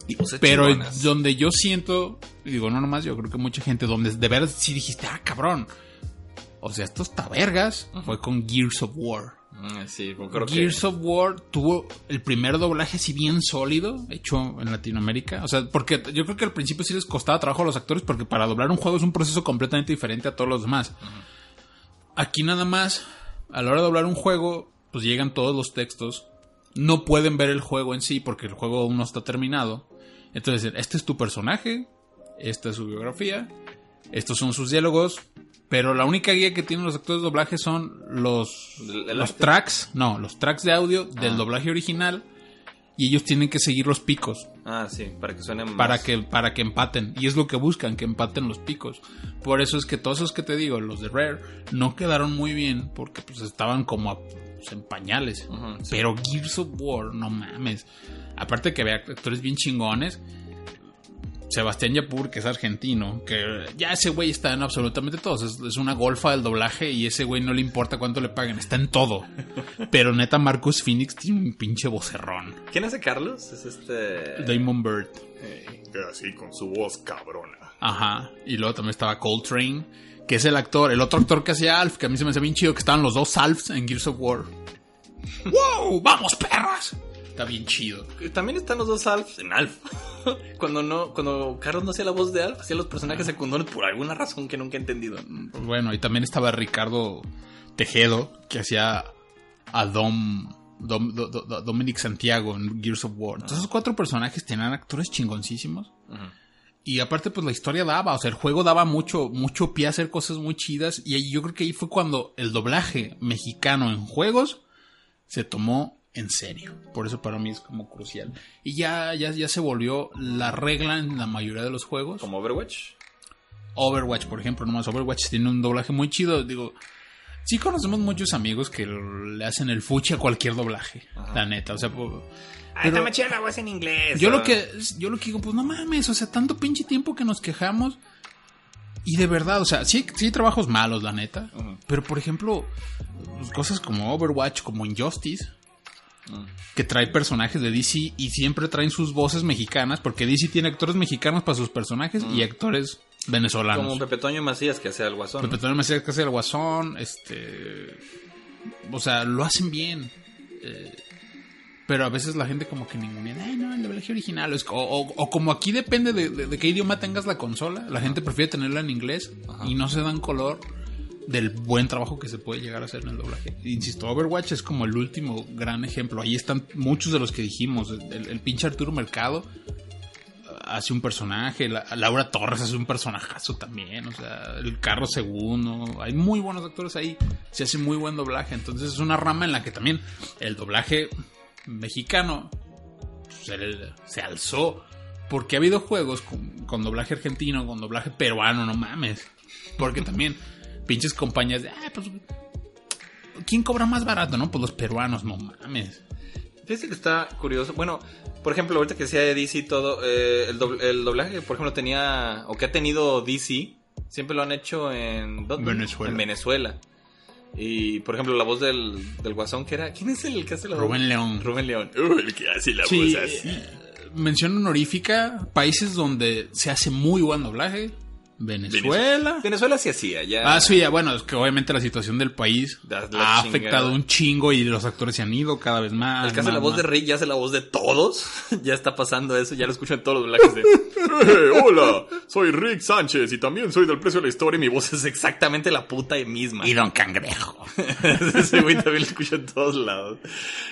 Y voces
Pero
chingonas.
donde yo siento, y digo, no nomás, yo creo que mucha gente, donde de veras sí dijiste, ah, cabrón. O sea, estos tabergas fue con Gears of War.
Mm, Sí, creo que-
Gears of War tuvo el primer doblaje así bien sólido hecho en Latinoamérica. O sea, porque yo creo que al principio sí les costaba trabajo a los actores porque para doblar un juego es un proceso completamente diferente a todos los demás. Aquí nada más, a la hora de doblar un juego, pues llegan todos los textos. No pueden ver el juego en sí porque el juego aún no está terminado. Entonces, este es tu personaje, esta es su biografía, estos son sus diálogos, pero la única guía que tienen los actores de doblaje son los,
El- el
los
arte. Ah.
tracks, no, los tracks de audio del doblaje original y ellos tienen que seguir los picos
Ah, sí, para que suene más.
para que, para que empaten. Y es lo que buscan, que empaten los picos. Por eso es que todos esos que te digo, los de Rare, no quedaron muy bien porque pues estaban como a- pues, en pañales.
Ujú, sí.
Pero Gears of War, no mames. Aparte que había actores bien chingones. Sebastián Yapur, que es argentino, que ya ese güey está en absolutamente todos. Es, es una golfa del doblaje y ese güey no le importa cuánto le paguen, está en todo. Pero neta, Marcus Phoenix tiene un pinche vocerrón.
¿Quién hace Carlos? Es este.
Damon Bird.
así con su voz cabrona.
Ajá. Y luego también estaba Coltrane, que es el actor, el otro actor que hacía Alf, que a mí se me hace bien chido, que estaban los dos Alfs en Gears of War. ¡Wow! ¡Vamos, perras! Está bien chido.
También están los dos Alf en Alf. cuando no, cuando Carlos no hacía la voz de Alf, hacía los personajes secundarios por alguna razón que nunca he entendido.
Pues bueno, y también estaba Ricardo Tejedo, que hacía a Dom, Dom- Do- Do- Do- Dominic Santiago en Gears of War. Entonces, esos cuatro personajes tenían actores chingoncísimos. Y aparte, pues la historia daba, o sea, el juego daba mucho, mucho pie a hacer cosas muy chidas. Y ahí- yo creo que ahí fue cuando el doblaje mexicano en juegos se tomó en serio. Por eso para mí es como crucial. Y ya, ya, ya se volvió la regla en la mayoría de los juegos.
Como Overwatch.
Overwatch, por ejemplo, nomás Overwatch tiene un doblaje muy chido. Digo, sí conocemos muchos amigos que le hacen el fuchi a cualquier doblaje, la neta. O sea, po-
Ah,
Pero-
está más chida la voz en inglés.
yo lo que yo lo que digo, pues no mames, o sea, tanto pinche tiempo que nos quejamos. Y de verdad, o sea, sí, sí hay trabajos malos, la neta. Pero por ejemplo, pues, cosas como Overwatch, como Injustice, que trae personajes de DC y siempre traen sus voces mexicanas, porque DC tiene actores mexicanos para sus personajes y actores venezolanos.
Como Pepe Toño Macías que hace al guasón.
Pepe Toño Macías que hace el guasón, este... O sea, lo hacen bien. eh, pero a veces la gente como que ninguna... Ay, no, el doblaje original. es- o, o- o como aquí depende de, de- de qué idioma tengas la consola, la gente prefiere tenerla en inglés y no se dan color del buen trabajo que se puede llegar a hacer en el doblaje. Insisto, Overwatch es como el último gran ejemplo. Ahí están muchos de los que dijimos. El, el pinche Arturo Mercado hace un personaje, la- Laura Torres hace un personajazo también, o sea, el Carro Segundo, hay muy buenos actores ahí, se hace muy buen doblaje, entonces es una rama en la que también el doblaje mexicano se, se alzó, porque ha habido juegos con, con doblaje argentino, con doblaje peruano, no mames, porque también pinches compañías de, ah, pues, ¿quién cobra más barato? No, pues los peruanos, no mames.
Fíjate que está curioso. Bueno, por ejemplo, ahorita que decía de DC y todo, eh, el, doble- el doblaje que, por ejemplo, tenía o que ha tenido DC, siempre lo han hecho en ¿dónde?
Venezuela.
En Venezuela. Y, por ejemplo, la voz del, del guasón que era... ¿Quién es el que hace la voz?
Rubén León.
Rubén León.
el que hace la
Pues
Sí,
voz así.
eh, mención honorífica, países donde se hace muy buen doblaje. Venezuela.
Venezuela sí hacía, ya.
Ah, sí, ya, bueno, es que obviamente la situación del país
Da- la
ha
chingada.
afectado un chingo y los actores se han ido cada vez más.
El que hace
más,
la voz
más.
de Rick ya hace la voz de todos. ya está pasando eso, ya lo escucho en todos los doblajes de...
Eh, hola, soy Rick Sánchez y también soy del precio de la historia y mi voz.
Pues es exactamente la puta misma.
Y Don Cangrejo.
Ese güey también lo escucho en todos lados.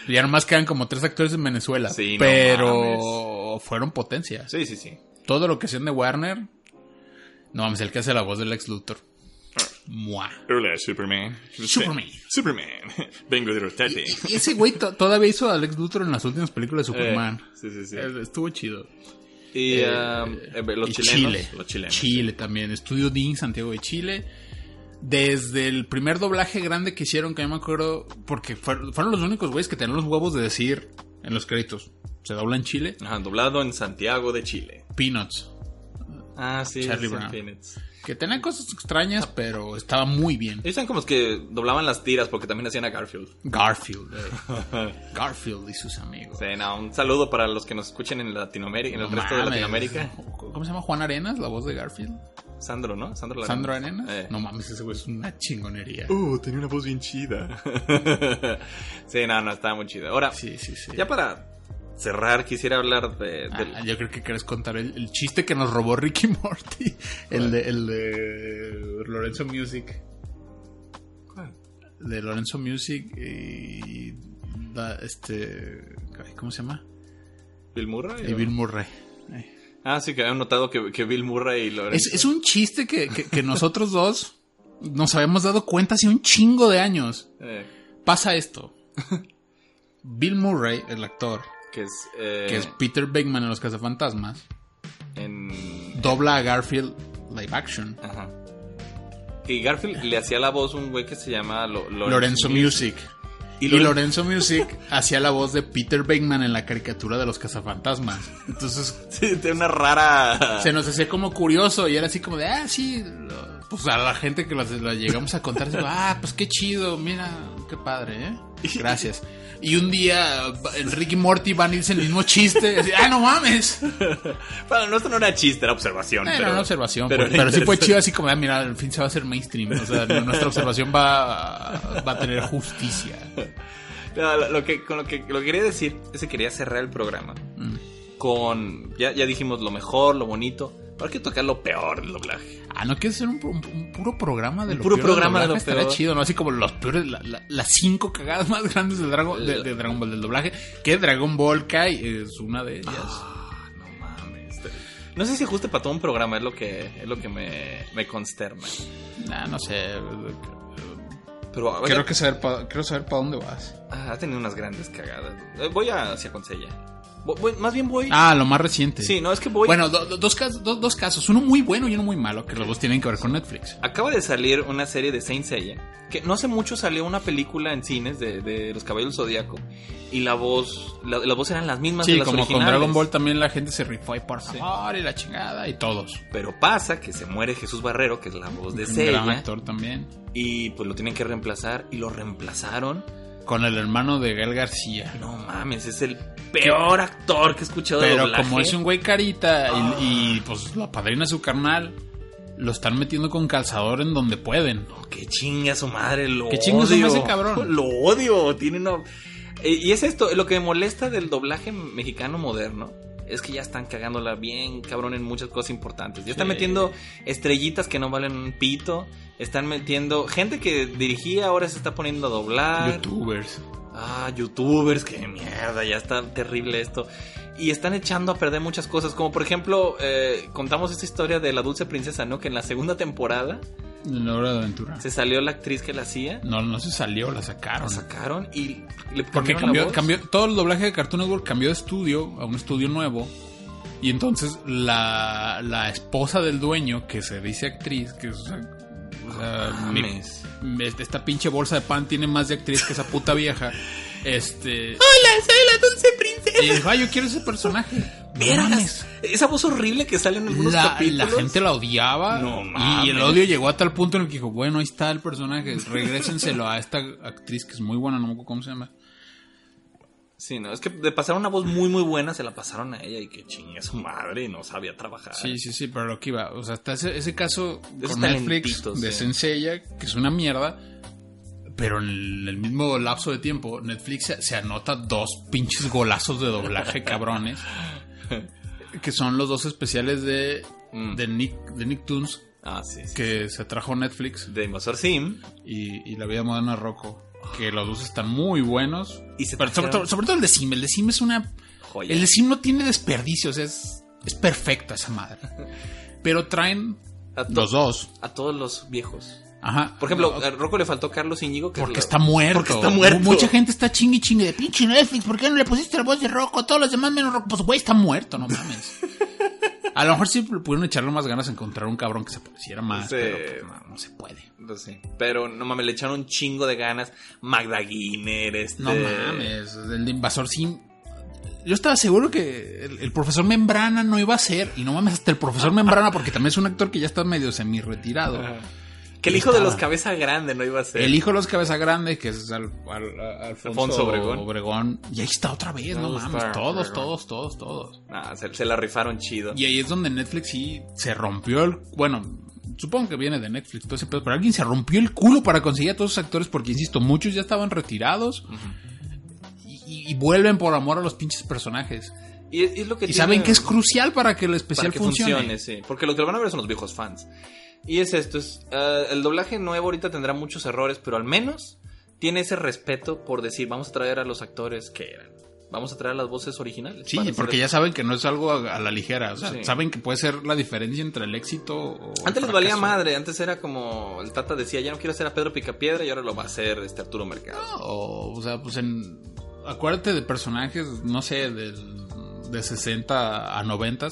ya nomás quedan como tres actores en Venezuela.
Sí, no
pero fueron potencias.
Sí, sí, sí.
Todo lo que sean de Warner. No mames, el que hace la voz del ex Luthor. Mua.
Hola, Superman.
Superman.
Superman. Vengo de Rostate.
Y ese güey to- todavía hizo a Alex Luthor en las últimas películas de Superman.
Eh, sí, sí, sí.
Eh, Estuvo chido.
Y
Eh,
um, eh, los
Y
chilenos.
Chile.
Los chilenos.
Chile también. Estudio Dean, Santiago de Chile. Desde el primer doblaje grande que hicieron, que yo me acuerdo, porque fueron, fueron los únicos güeyes que tenían los huevos de decir en los créditos. Se dobla en Chile.
Ajá, doblado en Santiago de Chile.
Peanuts.
Ah, sí.
Charlie
sí,
Brown.
Peanuts.
Que tenían cosas extrañas, pero estaba muy bien.
Ellos eran como los que doblaban las tiras porque también hacían a Garfield.
Garfield. eh. Garfield y sus amigos.
Sí, no, un saludo para los que nos escuchen en Latinoamérica, en el
No
resto de
mames.
Latinoamérica.
¿Cómo se llama Juan Arenas, la voz de Garfield?
Sandro, ¿no? Sandro Lara-
Sandro Arenas.
Eh.
No mames, ese güey es una chingonería.
Oh, tenía una voz bien chida.
sí, no, no, estaba muy chido. Ahora,
Sí, sí, sí.
ya para cerrar, quisiera hablar de.
Ah,
del-
yo creo que querés contar el, el chiste que nos robó Ricky Morty. El de, el de Lorenzo Music. De Lorenzo Music y. da- este. ay, ¿Cómo se llama?
Bill Murray.
Y
¿o?
Bill Murray. Ay.
Ah, sí, que habían notado que, que Bill Murray y lo
Es, es un chiste que, que- que nosotros dos nos habíamos dado cuenta hace un chingo de años.
Eh,
Pasa esto. Bill Murray, el actor,
que es, eh,
que es Peter Bakeman en Los Cazafantasmas,
en...
dobla a Garfield live action.
Ajá. Y Garfield le hacía la voz a un güey que se llama Lo-
Lorenzo Music. Y,
Loren-
Lorenzo Music hacía la voz de Peter Bakeman en la caricatura de Los Cazafantasmas. Entonces
Sí, tiene una rara...
se nos hacía como curioso y era así como de, ah, sí, lo- pues a la gente que las- la llegamos a contar, digo, ah, pues qué chido, mira, qué padre, ¿eh? Gracias. Y un día Enrique y Morty van y dicen el mismo chiste, así, ah, no mames.
Bueno, no, esto no era chiste, era observación.
Era
pero-
una observación,
pero
pero,
era
pero sí fue
interesante.
chido así como, ah, mira, al fin se va a hacer mainstream, o sea, nuestra observación va, va a tener justicia.
No, lo, lo que, con lo, que, lo que quería decir es que quería cerrar el programa
Mm.
con... Ya, ya dijimos lo mejor, lo bonito. Ahora hay que tocar lo peor del doblaje.
Ah, ¿no quieres hacer un, pu- un puro programa de
Un
lo
puro
peor
programa de
del
lo
doblaje? Estaría
peor.
chido, ¿no? Así como los peores, la- la- las cinco cagadas más grandes de, Dragon, de, de Dragon Ball del doblaje. Que Dragon Ball Kai es una de ellas.
Ah, no mames. No sé si ajuste para todo un programa, es lo que, es lo que me, me consterna.
Nah, no sé.
Pero a ver,
Creo que saber pa- quiero saber para dónde vas.
ah, ha tenido unas grandes cagadas. Eh, Voy a, hacia Consella. Voy- voy- más bien voy...
Ah, lo más reciente.
sí, no, es que voy...
Bueno, do- do- dos, casos, do- dos casos. Uno muy bueno y uno muy malo, que los dos tienen que ver con Netflix.
Acaba de salir una serie de Saint Seiya, que no hace mucho salió una película en cines de, de Los Caballeros del Zodíaco, y la voz, la, la voz eran las mismas de
Sí,
las
como con
originales.
Dragon Ball también la gente se rifó y por favor y la chingada y todos.
Pero pasa que se muere Jesús Barrero, que es la voz de
Un gran
Seiya,
actor también.
y pues lo tienen que reemplazar, y lo reemplazaron.
Con el hermano de Gael García.
No mames, es el peor actor que he escuchado de
Pero
doblaje.
como es un güey carita y, y, pues la padrina su carnal, lo están metiendo con calzador en donde pueden.
Que chingue a su madre, lo
Que chingue
odio.
a su madre ese cabrón.
Lo odio, tiene una... Eh, Y es esto, lo que me molesta del doblaje mexicano moderno es que ya están cagándola bien cabrón en muchas cosas importantes. Ya están
Sí.
metiendo estrellitas que no valen un pito, están metiendo gente que dirigía ahora se está poniendo a doblar.
Youtubers.
Ah, youtubers, qué mierda, ya está terrible esto. Y están echando a perder muchas cosas, como por ejemplo, eh, contamos esta historia de la dulce princesa, ¿no? Que en la segunda temporada
En la hora de aventura.
se salió la actriz que la hacía,
No, no se salió, la
la
sacaron.
sacaron y le cambiaron
Porque
la
cambió,
voz.
cambió, todo el doblaje de Cartoon Network cambió de estudio a un estudio nuevo. Y entonces la, la esposa del dueño, que se dice actriz, que es, o sea, o sea,
Ah,
mi-
Mames.
este- esta pinche bolsa de pan tiene más de actriz que esa puta vieja. Este.
Hola, soy la dulce princesa.
Y dijo, "Ay, yo quiero ese personaje. No mames.
Vergas, esa voz horrible que sale en algunos
la, la
capítulos.
gente la odiaba
No
y el
mames.
odio llegó a tal punto en el que dijo, bueno, ahí está el personaje, regrésenselo a esta actriz que es muy buena, no me acuerdo cómo se llama.
Sí, no, es que de pasar una voz muy muy buena se la pasaron a ella y que chingue a su madre y no sabía trabajar.
Sí, sí, sí, pero lo que iba, o sea, está ese, ese caso
Ah. Esos
con Netflix
talentitos,
de
sí.
Senseiya, que es una mierda, pero en el, el mismo lapso de tiempo Netflix se, se anota dos pinches golazos de doblaje cabrones, que son los dos especiales de,
Mm.
de Nick, de Nicktoons
Ah, sí, sí.
que se trajo Netflix.
De Invasor Sim.
y, y La vida moderna de Rocco. Que los dos están muy buenos.
Y se
Pero sobre,
trajeron-
todo- sobre todo el de Sim. El de Sim es una.
Joya.
El de Sim no tiene desperdicios. Es, es perfecta esa madre. Pero traen
A to-
los dos.
a todos los viejos.
Ajá.
Por ejemplo,
No,
a Rocco le faltó Carlos Íñigo. Que
porque
lo-
está muerto.
porque está muerto.
Mucha gente está chingue y chingue de pinche Netflix. ¿Por qué no le pusiste la voz de Rocco? Todos los demás menos Rocco. Pues güey, está muerto, no mames. A lo mejor sí pudieron echarle más ganas a encontrar un cabrón que se pareciera más.
Sí.
Pero pues, no, no se puede.
este, Pues sí. Pero no mames, le echaron un chingo de ganas. Magda Guinner, este.
No mames, el de Invasor Sim. Yo estaba seguro que el, el profesor Membrana no iba a ser. Y no mames, hasta el profesor Membrana, porque también es un actor que ya está medio semi-retirado.
Que el hijo de
Estaba.
los cabeza grande no iba a ser.
El hijo de los Cabeza Grande, que es al, al- al- Alfonso,
Alfonso Obregón.
Obregón. Y ahí está otra vez, no
Alfonso
mames. Todos,
Obregón.
todos, todos, todos.
Nah, Ah, se, se la rifaron chido.
Y ahí es donde Netflix sí se rompió el. Bueno, supongo que viene de Netflix todo ese pedo, pero alguien se rompió el culo para conseguir a todos esos actores, porque insisto, muchos ya estaban retirados. Y- y- y vuelven por amor a los pinches personajes.
Y, es- es lo que
Y
tiene-
saben que es crucial para que el
para
especial
que
funcione.
funcione, sí. Porque los que lo van a ver son los viejos fans. Y es esto: es ah, el doblaje nuevo ahorita tendrá muchos errores, pero al menos tiene ese respeto por decir, vamos a traer a los actores que eran. Vamos a traer las voces originales.
Sí,
para hacer
porque ya saben que no es algo a, a la ligera. O sea,
Sí.
saben que puede ser la diferencia entre el éxito o. el
Antes les
fracaso.
valía madre, antes era como el Tata decía, ya no quiero hacer a Pedro Picapiedra y ahora lo va a hacer este Arturo Mercado.
O, o sea, pues en. acuérdate de personajes, no sé, del- de 60 a 90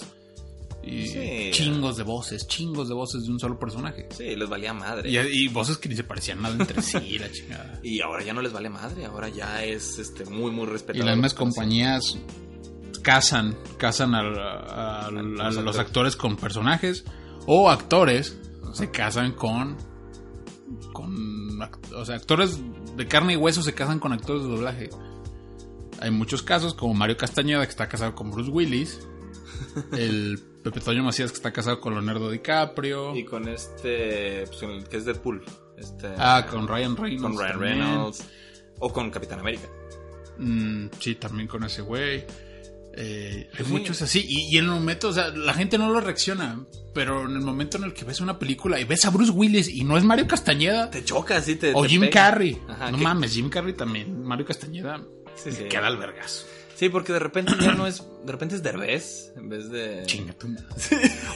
y
Sí.
chingos de voces, chingos de voces de un solo personaje.
Sí, les valía madre.
Y, y voces que ni se parecían nada entre sí, la chingada.
Y ahora ya no les vale madre, ahora ya es este muy muy
Y
respetado.
las mismas compañías casan, casan al- al- a
los
los
actores.
actores con personajes o actores se casan con con act- o sea, actores de carne y hueso se casan con actores de doblaje. Hay muchos casos como Mario Castañeda que está casado con Bruce Willis, el Pepe Toño Macías que está casado con Leonardo DiCaprio,
Y con este pues, con el que es Deadpool, este
ah, con Ryan Reynolds,
con Ryan
también.
Reynolds o con Capitán América.
Mm, sí, también con ese güey. Eh, hay muchos así. Y, y en el momento, o sea, la gente no lo reacciona. Pero en el momento en el que ves una película y ves a Bruce Willis y no es Mario Castañeda
Te choca así te
o
te
Jim
pega.
Carrey.
Ajá,
no
que-
mames, Jim Carrey también. Mario Castañeda
Sí,
se
sí.
queda al vergazo.
Sí, porque de repente ya no es de repente es Derbez en vez de
Chinga tu madre.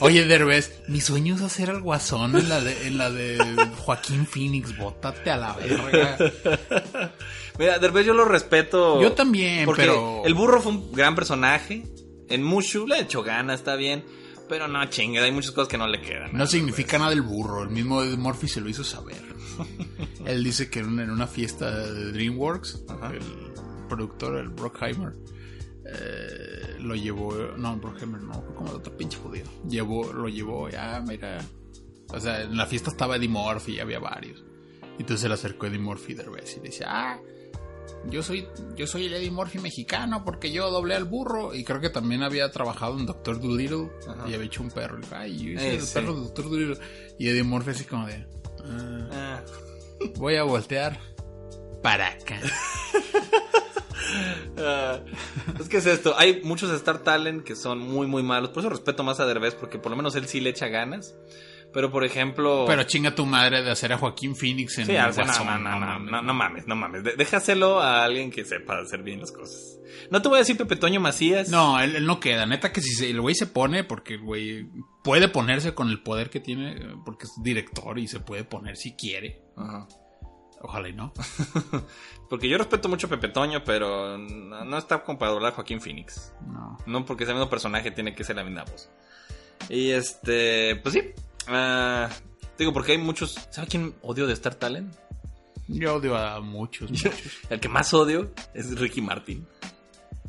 Oye, Derbez, mi sueño es hacer al guasón en la de, en la de Joaquín Phoenix. Bótate a la verga.
Mira, Derbez yo lo respeto.
Yo también,
porque
pero.
el burro fue un gran personaje. En Mushu le echó ganas, está bien. Pero no, chingue, hay muchas cosas que no le quedan.
No significa nada el burro, el mismo Ed Murphy se lo hizo saber. Él dice que en una, en una fiesta de DreamWorks, el productor, el Brockheimer, eh, lo llevó, no, Brockheimer no, fue como el otro pinche judío. Llevó, lo llevó, ah, mira. O sea, en la fiesta estaba Eddie Murphy, había varios. Y entonces se le acercó Eddie Murphy de vez y le dice, ah, yo soy, yo soy el Eddie Murphy mexicano porque yo doblé al burro. Y creo que también había trabajado en Doctor Dolittle
Ajá.
y había hecho un perro. Y dijo, Ay, yo hice
Eh,
el
sí.
perro de Doctor Dolittle. Y Eddie Murphy así como de, "Ah,
Ah,
voy a voltear para acá.
ah. es que es esto. Hay muchos Star Talent que son muy, muy malos. Por eso respeto más a Derbez, porque por lo menos él sí le echa ganas. Pero por ejemplo.
Pero chinga tu madre de hacer a Joaquín Phoenix en
Oh. Sí,
el
o sea,
Guasón,
no, no, no, no,
mames.
no, no mames, no mames. De- déjaselo a alguien que sepa hacer bien las cosas. No te voy a decir Pepe Toño Macías.
No, él, él no queda. Neta que si se- el güey se pone, porque el güey puede ponerse con el poder que tiene, eh, porque es director y se puede poner si quiere.
Ajá.
Ojalá y no.
Porque yo respeto mucho a Pepe Toño, pero no, no está comparable a Joaquín Phoenix.
No.
No porque sea el mismo personaje, tiene que ser la misma voz. Y este, pues sí. Ah, digo, porque hay muchos. ¿Sabe quién odio de Star Talent?
Yo odio a muchos. muchos.
El que más odio es Ricky Martin.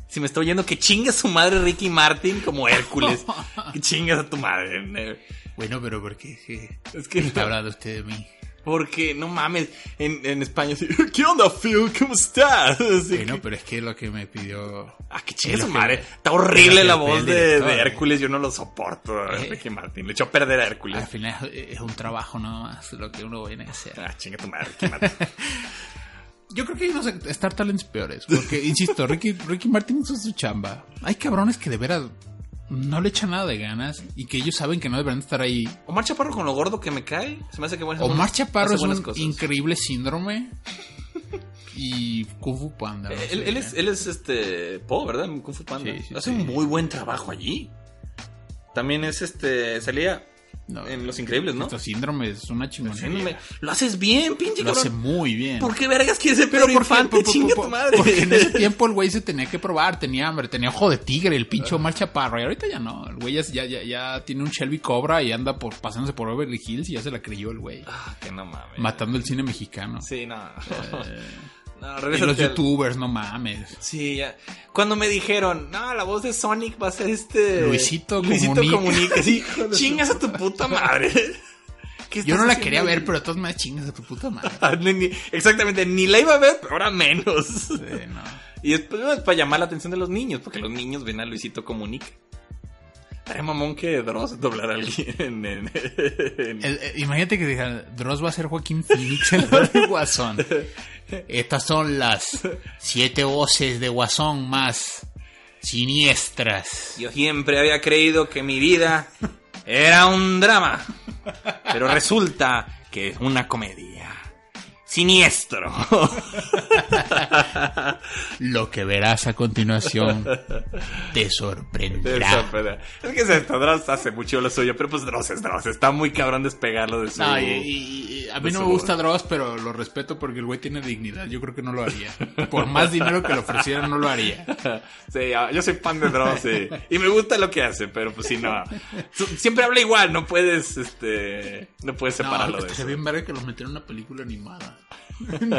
Si me está oyendo, que chingue a su madre Ricky Martin como Hércules. que chingas a tu madre. ne-
bueno, pero ¿por qué je,
Es que
está hablando usted de mí?
porque no mames. En, en España, así, ¿qué onda, Phil? ¿Cómo estás? Así
Bueno,
que-
pero es que lo que me pidió...
Ah, qué chingue su
Lo que-
madre. Está horrible
lo
la
que fue
voz
el
de,
director,
de
eh.
Hércules. Yo no lo soporto.
Eh. Ah,
Ricky Martin. Le echó a perder a
Al
Hércules.
final eh, es- es un trabajo nada más lo que uno viene a hacer.
Ah, chinga tu madre, Ricky Martin.
Yo creo que hay unos Star Talents peores. Porque, insisto, Ricky, Ricky Martin hizo su chamba. Hay cabrones que de veras no le echan nada de ganas y que ellos saben que no deberían estar ahí.
Omar Chaparro con lo gordo que me cae. Se me hace que bueno.
Omar Chaparro
hace
es
buenas
un
cosas.
increíble síndrome. Y Kung Fu Panda. no
Eh,
sé.
Él, él es, él es este Po, ¿verdad? En Kung Fu Panda.
Ah, Sí, sí,
Hace
sí.
un muy buen trabajo allí. También es este. Salía
No,
en Los Increíbles, ¿no?
nuestro síndrome es una
Sí,
chingonería.
me- Lo haces bien, pinche
Lo hace
cabrón.
muy bien.
¿Por qué vergas quieres ser Pedro
¿por qué?
Infante?
Por- por-
Chinga
por-
tu madre.
Porque en ese tiempo el güey se tenía que probar, tenía hambre, tenía ojo de tigre, el pinche Omar Chaparro. Y ahorita ya no, el güey ya, ya, ya, ya tiene un Shelby Cobra y anda por pasándose por Beverly Hills y ya se la creyó el güey.
Ah, que no mames.
Matando el cine mexicano. Eh,
Sí, no. no,
Y
regrésate
los
al-
youtubers, no mames.
Sí, ya. Cuando me dijeron, no, la voz de Sonic va a ser este.
Luisito
Luisito
Comunica".
Comunica. Sí, chingas a tu puta madre. ¿Qué
Yo
estás
no la
haciendo?
quería ver, pero de todas maneras chingas a tu puta madre.
Ah, ni- ni- exactamente, ni la iba a ver, pero ahora menos.
Sí, no.
Y después no, es para llamar la atención de los niños, porque los niños ven a Luisito Comunica. Estaría mamón que Dross doblara a alguien en, en- en-
El- eh, imagínate que dijeran, Dross va a ser Joaquín Phoenix en lugar de Guasón. Estas son las siete voces de Guasón más siniestras.
Yo siempre había creído que mi vida era un drama, pero resulta que es una comedia. Siniestro.
Lo que verás a continuación te sorprenderá.
es que se Dross hace mucho lo suyo, pero pues Dross es Dross. Está muy cabrón despegarlo de su...
No, y- y- y
de
a mí no me
seguro.
gusta Dross, pero lo respeto porque el güey tiene dignidad. Yo creo que no lo haría. Por más dinero que le ofrecieran, no lo haría.
Sí, ah, yo soy pan de Dross, sí. Y me gusta lo que hace, pero pues sí, no. Su- Siempre habla igual, no puedes, este, no puedes
No,
separarlo de
se
eso.
bien verga que los metieron en una película animada. en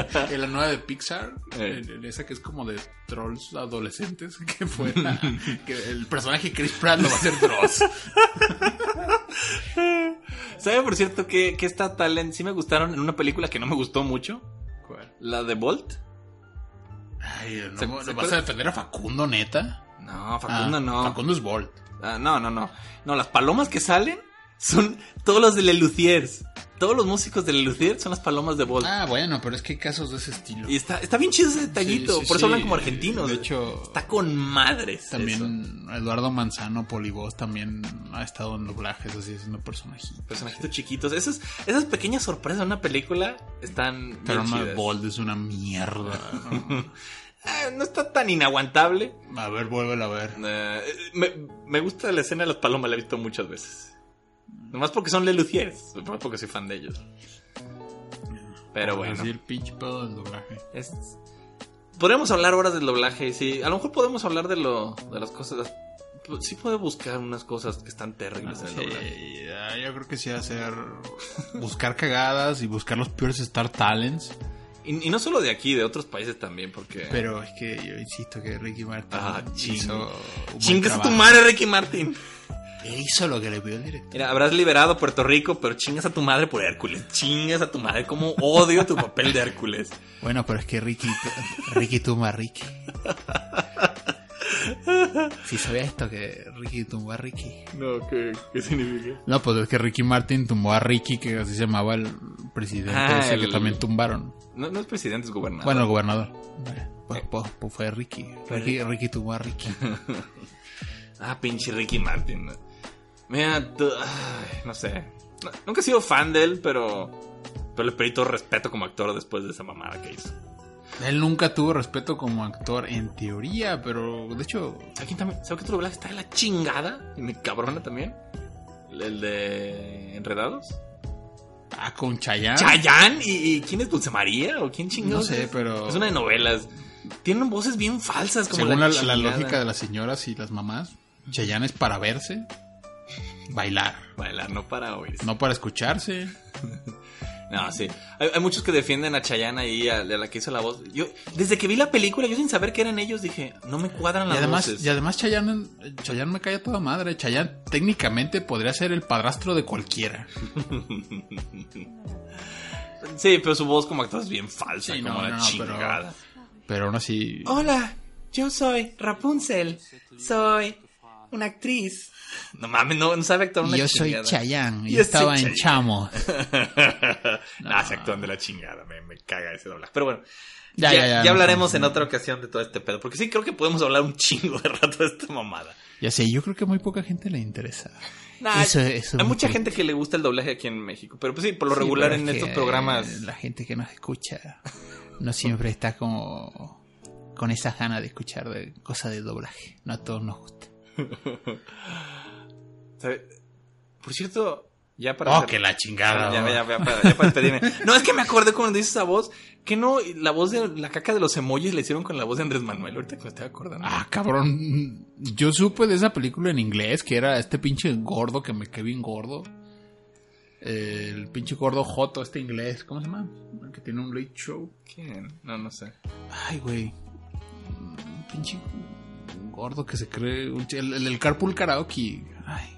la nueva de Pixar,
Eh.
en- en esa que es como de trolls adolescentes, que fue la- que el personaje Chris Pratt lo va a hacer Dross.
¿Sabe, por cierto, que, que esta talent sí me gustaron en una película que no me gustó mucho?
¿Cuál?
La de Bolt.
Ay, ¿no,
¿Se-
¿no
se
vas a
acuerda?
defender a Facundo, neta?
No, Facundo
Ah,
no.
Facundo es Bolt.
Ah, no, no, no. No, las palomas que salen son todos los de Leluciers. Todos los músicos de Leluciers son las palomas de Bolt.
Ah, bueno, pero es que hay casos de ese estilo.
Y está, está bien chido ese detallito.
Sí, sí,
por eso
sí.
hablan como argentinos.
De hecho,
está con madres. eso.
también Eduardo Manzano, Polivoz, también ha estado en doblajes así haciendo personajitos.
Personajitos chiquitos. Esas, esas pequeñas sorpresas de una película están.
Pero
bien
no,
chidas.
Bolt es una mierda.
Ah, no está tan inaguantable.
¿no? A ver, vuélvela a ver.
Eh, me, me gusta la escena de las palomas, la he visto muchas veces. Nomás porque son Leluciers. Nomás porque soy fan de ellos. Pero bueno.
Así el pinche pedo del doblaje.
Es... Podríamos hablar horas del doblaje, sí. A lo mejor podemos hablar de lo de las cosas. Pues Sí puedo buscar unas cosas que están terribles en el Ah, doblaje.
Sí, ah, yo creo que sí hacer buscar cagadas y buscar los peores Star Talents.
Y, y no solo de aquí, de otros países también, porque...
Pero es que yo insisto que Ricky Martin
Ah, ching.
hizo un
¡Chingas
buen
a tu
trabajo.
madre, Ricky Martin!
Él hizo lo que le pidió el director.
Mira, habrás liberado a Puerto Rico, pero chingas a tu madre por Hércules. Chingas a tu madre, como odio tu papel de Hércules.
Bueno, pero es que Ricky, Ricky tumba a Ricky. Si sabía esto que Ricky tumbó a Ricky.
No, ¿qué, qué significa?
No, pues es que Ricky Martin tumbó a Ricky, que así se llamaba el presidente
Ah,
ese que
el-
también tumbaron.
No, no es presidente, es gobernador. Eh,
Bueno, el gobernador. Pues, pues- pues fue Ricky.
Fue
Ricky, Ricky tumbó a Ricky.
Ah, pinche Ricky Martin. Mira, tú- ay, no sé. No, Nunca he sido fan de él, pero. Pero le pedí todo respeto como actor después de esa mamada que hizo.
Él nunca tuvo respeto como actor, en teoría, pero de hecho,
¿Sabes quién también? ¿Sabes qué otro doblaje está de la chingada? Y me cabrona también. El de Enredados.
ah, con Chayanne.
¿Chayán? ¿Y, y quién es Dulce María? ¿O quién chingados?
No sé,
es?
pero-
Es una de novelas. Tienen voces bien falsas, como
Según la, la
chingada.
lógica de las señoras y las mamás, Chayanne es para verse, bailar,
Bailar, no para oír.
no para escucharse.
No, sí. Hay, hay muchos que defienden a Chayanne ahí, a, a la que hizo la voz. Yo, desde que vi la película, yo sin saber que eran ellos, dije, no me cuadran
Y
las
además,
voces.
y además Chayanne, Chayanne me cae a toda madre. Chayanne técnicamente podría ser el padrastro de cualquiera.
Sí, pero su voz como actor es bien falsa,
Sí,
como
no,
la
no, no, pero-
chingada.
Pero aún así,
Oh,
Hola, yo soy Rapunzel. Soy una actriz.
No mames, no, no sabe actuar una
yo soy
chingada.
Chayanne y
Yo soy
estaba en
Chayanne.
Chamo.
Nah, se actúan de la chingada, me, me caga ese doblaje. Pero bueno,
Ya,
ya,
ya, ya,
ya
no,
hablaremos
no,
en
no.
otra ocasión de todo este pedo, porque sí creo que podemos hablar un chingo de rato de esta mamada.
Ya sé, yo creo que muy poca gente le interesa.
Nah,
Eso- eso
hay
me
mucha
preocupa.
gente que le gusta el doblaje aquí en México, pero pues sí, por lo
Sí,
regular
pero
en
es
estos
que, eh,
programas...
La gente que nos escucha no siempre está como con esas ganas de escuchar de cosas de doblaje. No a todos nos gusta.
¿Sabe? Por cierto, ya para. hacer-
Oh, la chingada.
Ya, ya, ya, para, ya para despedirme. No, es que me acordé cuando dices esa voz. Que no, la voz de la caca de los emojis la hicieron con la voz de Andrés Manuel. Ahorita que me estoy acordando.
Ah, cabrón. Yo supe de esa película en inglés que era este pinche gordo que me quedé bien gordo. El pinche gordo Joto, este inglés. ¿Cómo se llama? El que tiene un late show.
¿Quién? No, no sé.
Ay, güey. Un pinche gordo que se cree. un ch- El, el, el Carpool Karaoke. Ay,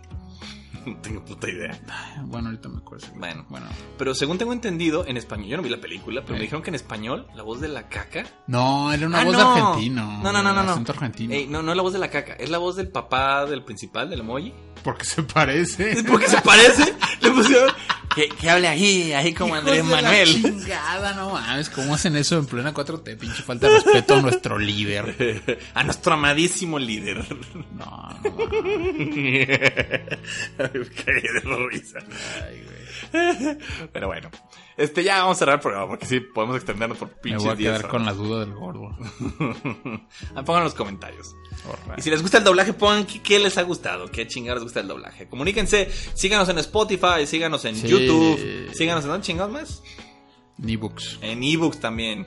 No tengo puta idea.
bueno, ahorita me acuerdo.
Bueno.
bueno.
Pero según tengo entendido, en español, yo no vi la película, pero
Eh.
me dijeron que en español la voz de la caca.
No, era una
Ah,
voz
no.
de argentino.
No, no, no, no, no.
Acento argentino.
Ey, no, no es la voz de la caca, es la voz del papá del principal, del emoji.
Porque se parece.
¿Es porque se parece? Le pusieron. Que, que hable ahí, ahí como Andrés
Hijos de la
Manuel.
chingada, no mames. ¿Cómo hacen eso en plena 4T? Pinche falta de respeto a nuestro líder.
A nuestro amadísimo líder.
No, no mames.
Me caí de la risa.
Ay, güey.
Pero bueno. Este, ya vamos a cerrar el programa porque sí podemos extendernos por
Me
pinches
voy a
10
quedar
horas.
con la duda del gordo.
Ah, Pongan en los comentarios.
Alright.
Y si les gusta el doblaje, pongan qué, qué les ha gustado, qué chingada les gusta el doblaje. Comuníquense, síganos en Spotify, síganos en
Sí.
YouTube, síganos en dónde chingados más.
En ebooks.
En ebooks también.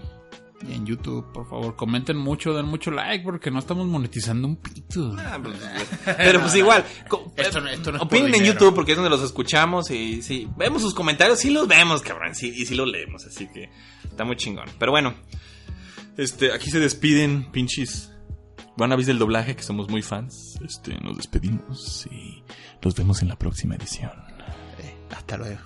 Y en YouTube, por favor, comenten mucho, den mucho like porque no estamos monetizando un pito.
Ah, pues, Pero pues igual, co-
Esto no- esto no es por
opinen en
dinero.
YouTube porque es donde los escuchamos y sí, vemos sus comentarios, sí los vemos, cabrón, sí, y sí los leemos, así que está muy chingón. Pero bueno, este, aquí se despiden, pinches. Van a avisar el doblaje que somos muy fans.
Este, nos despedimos y nos vemos en la próxima edición.
Hasta luego.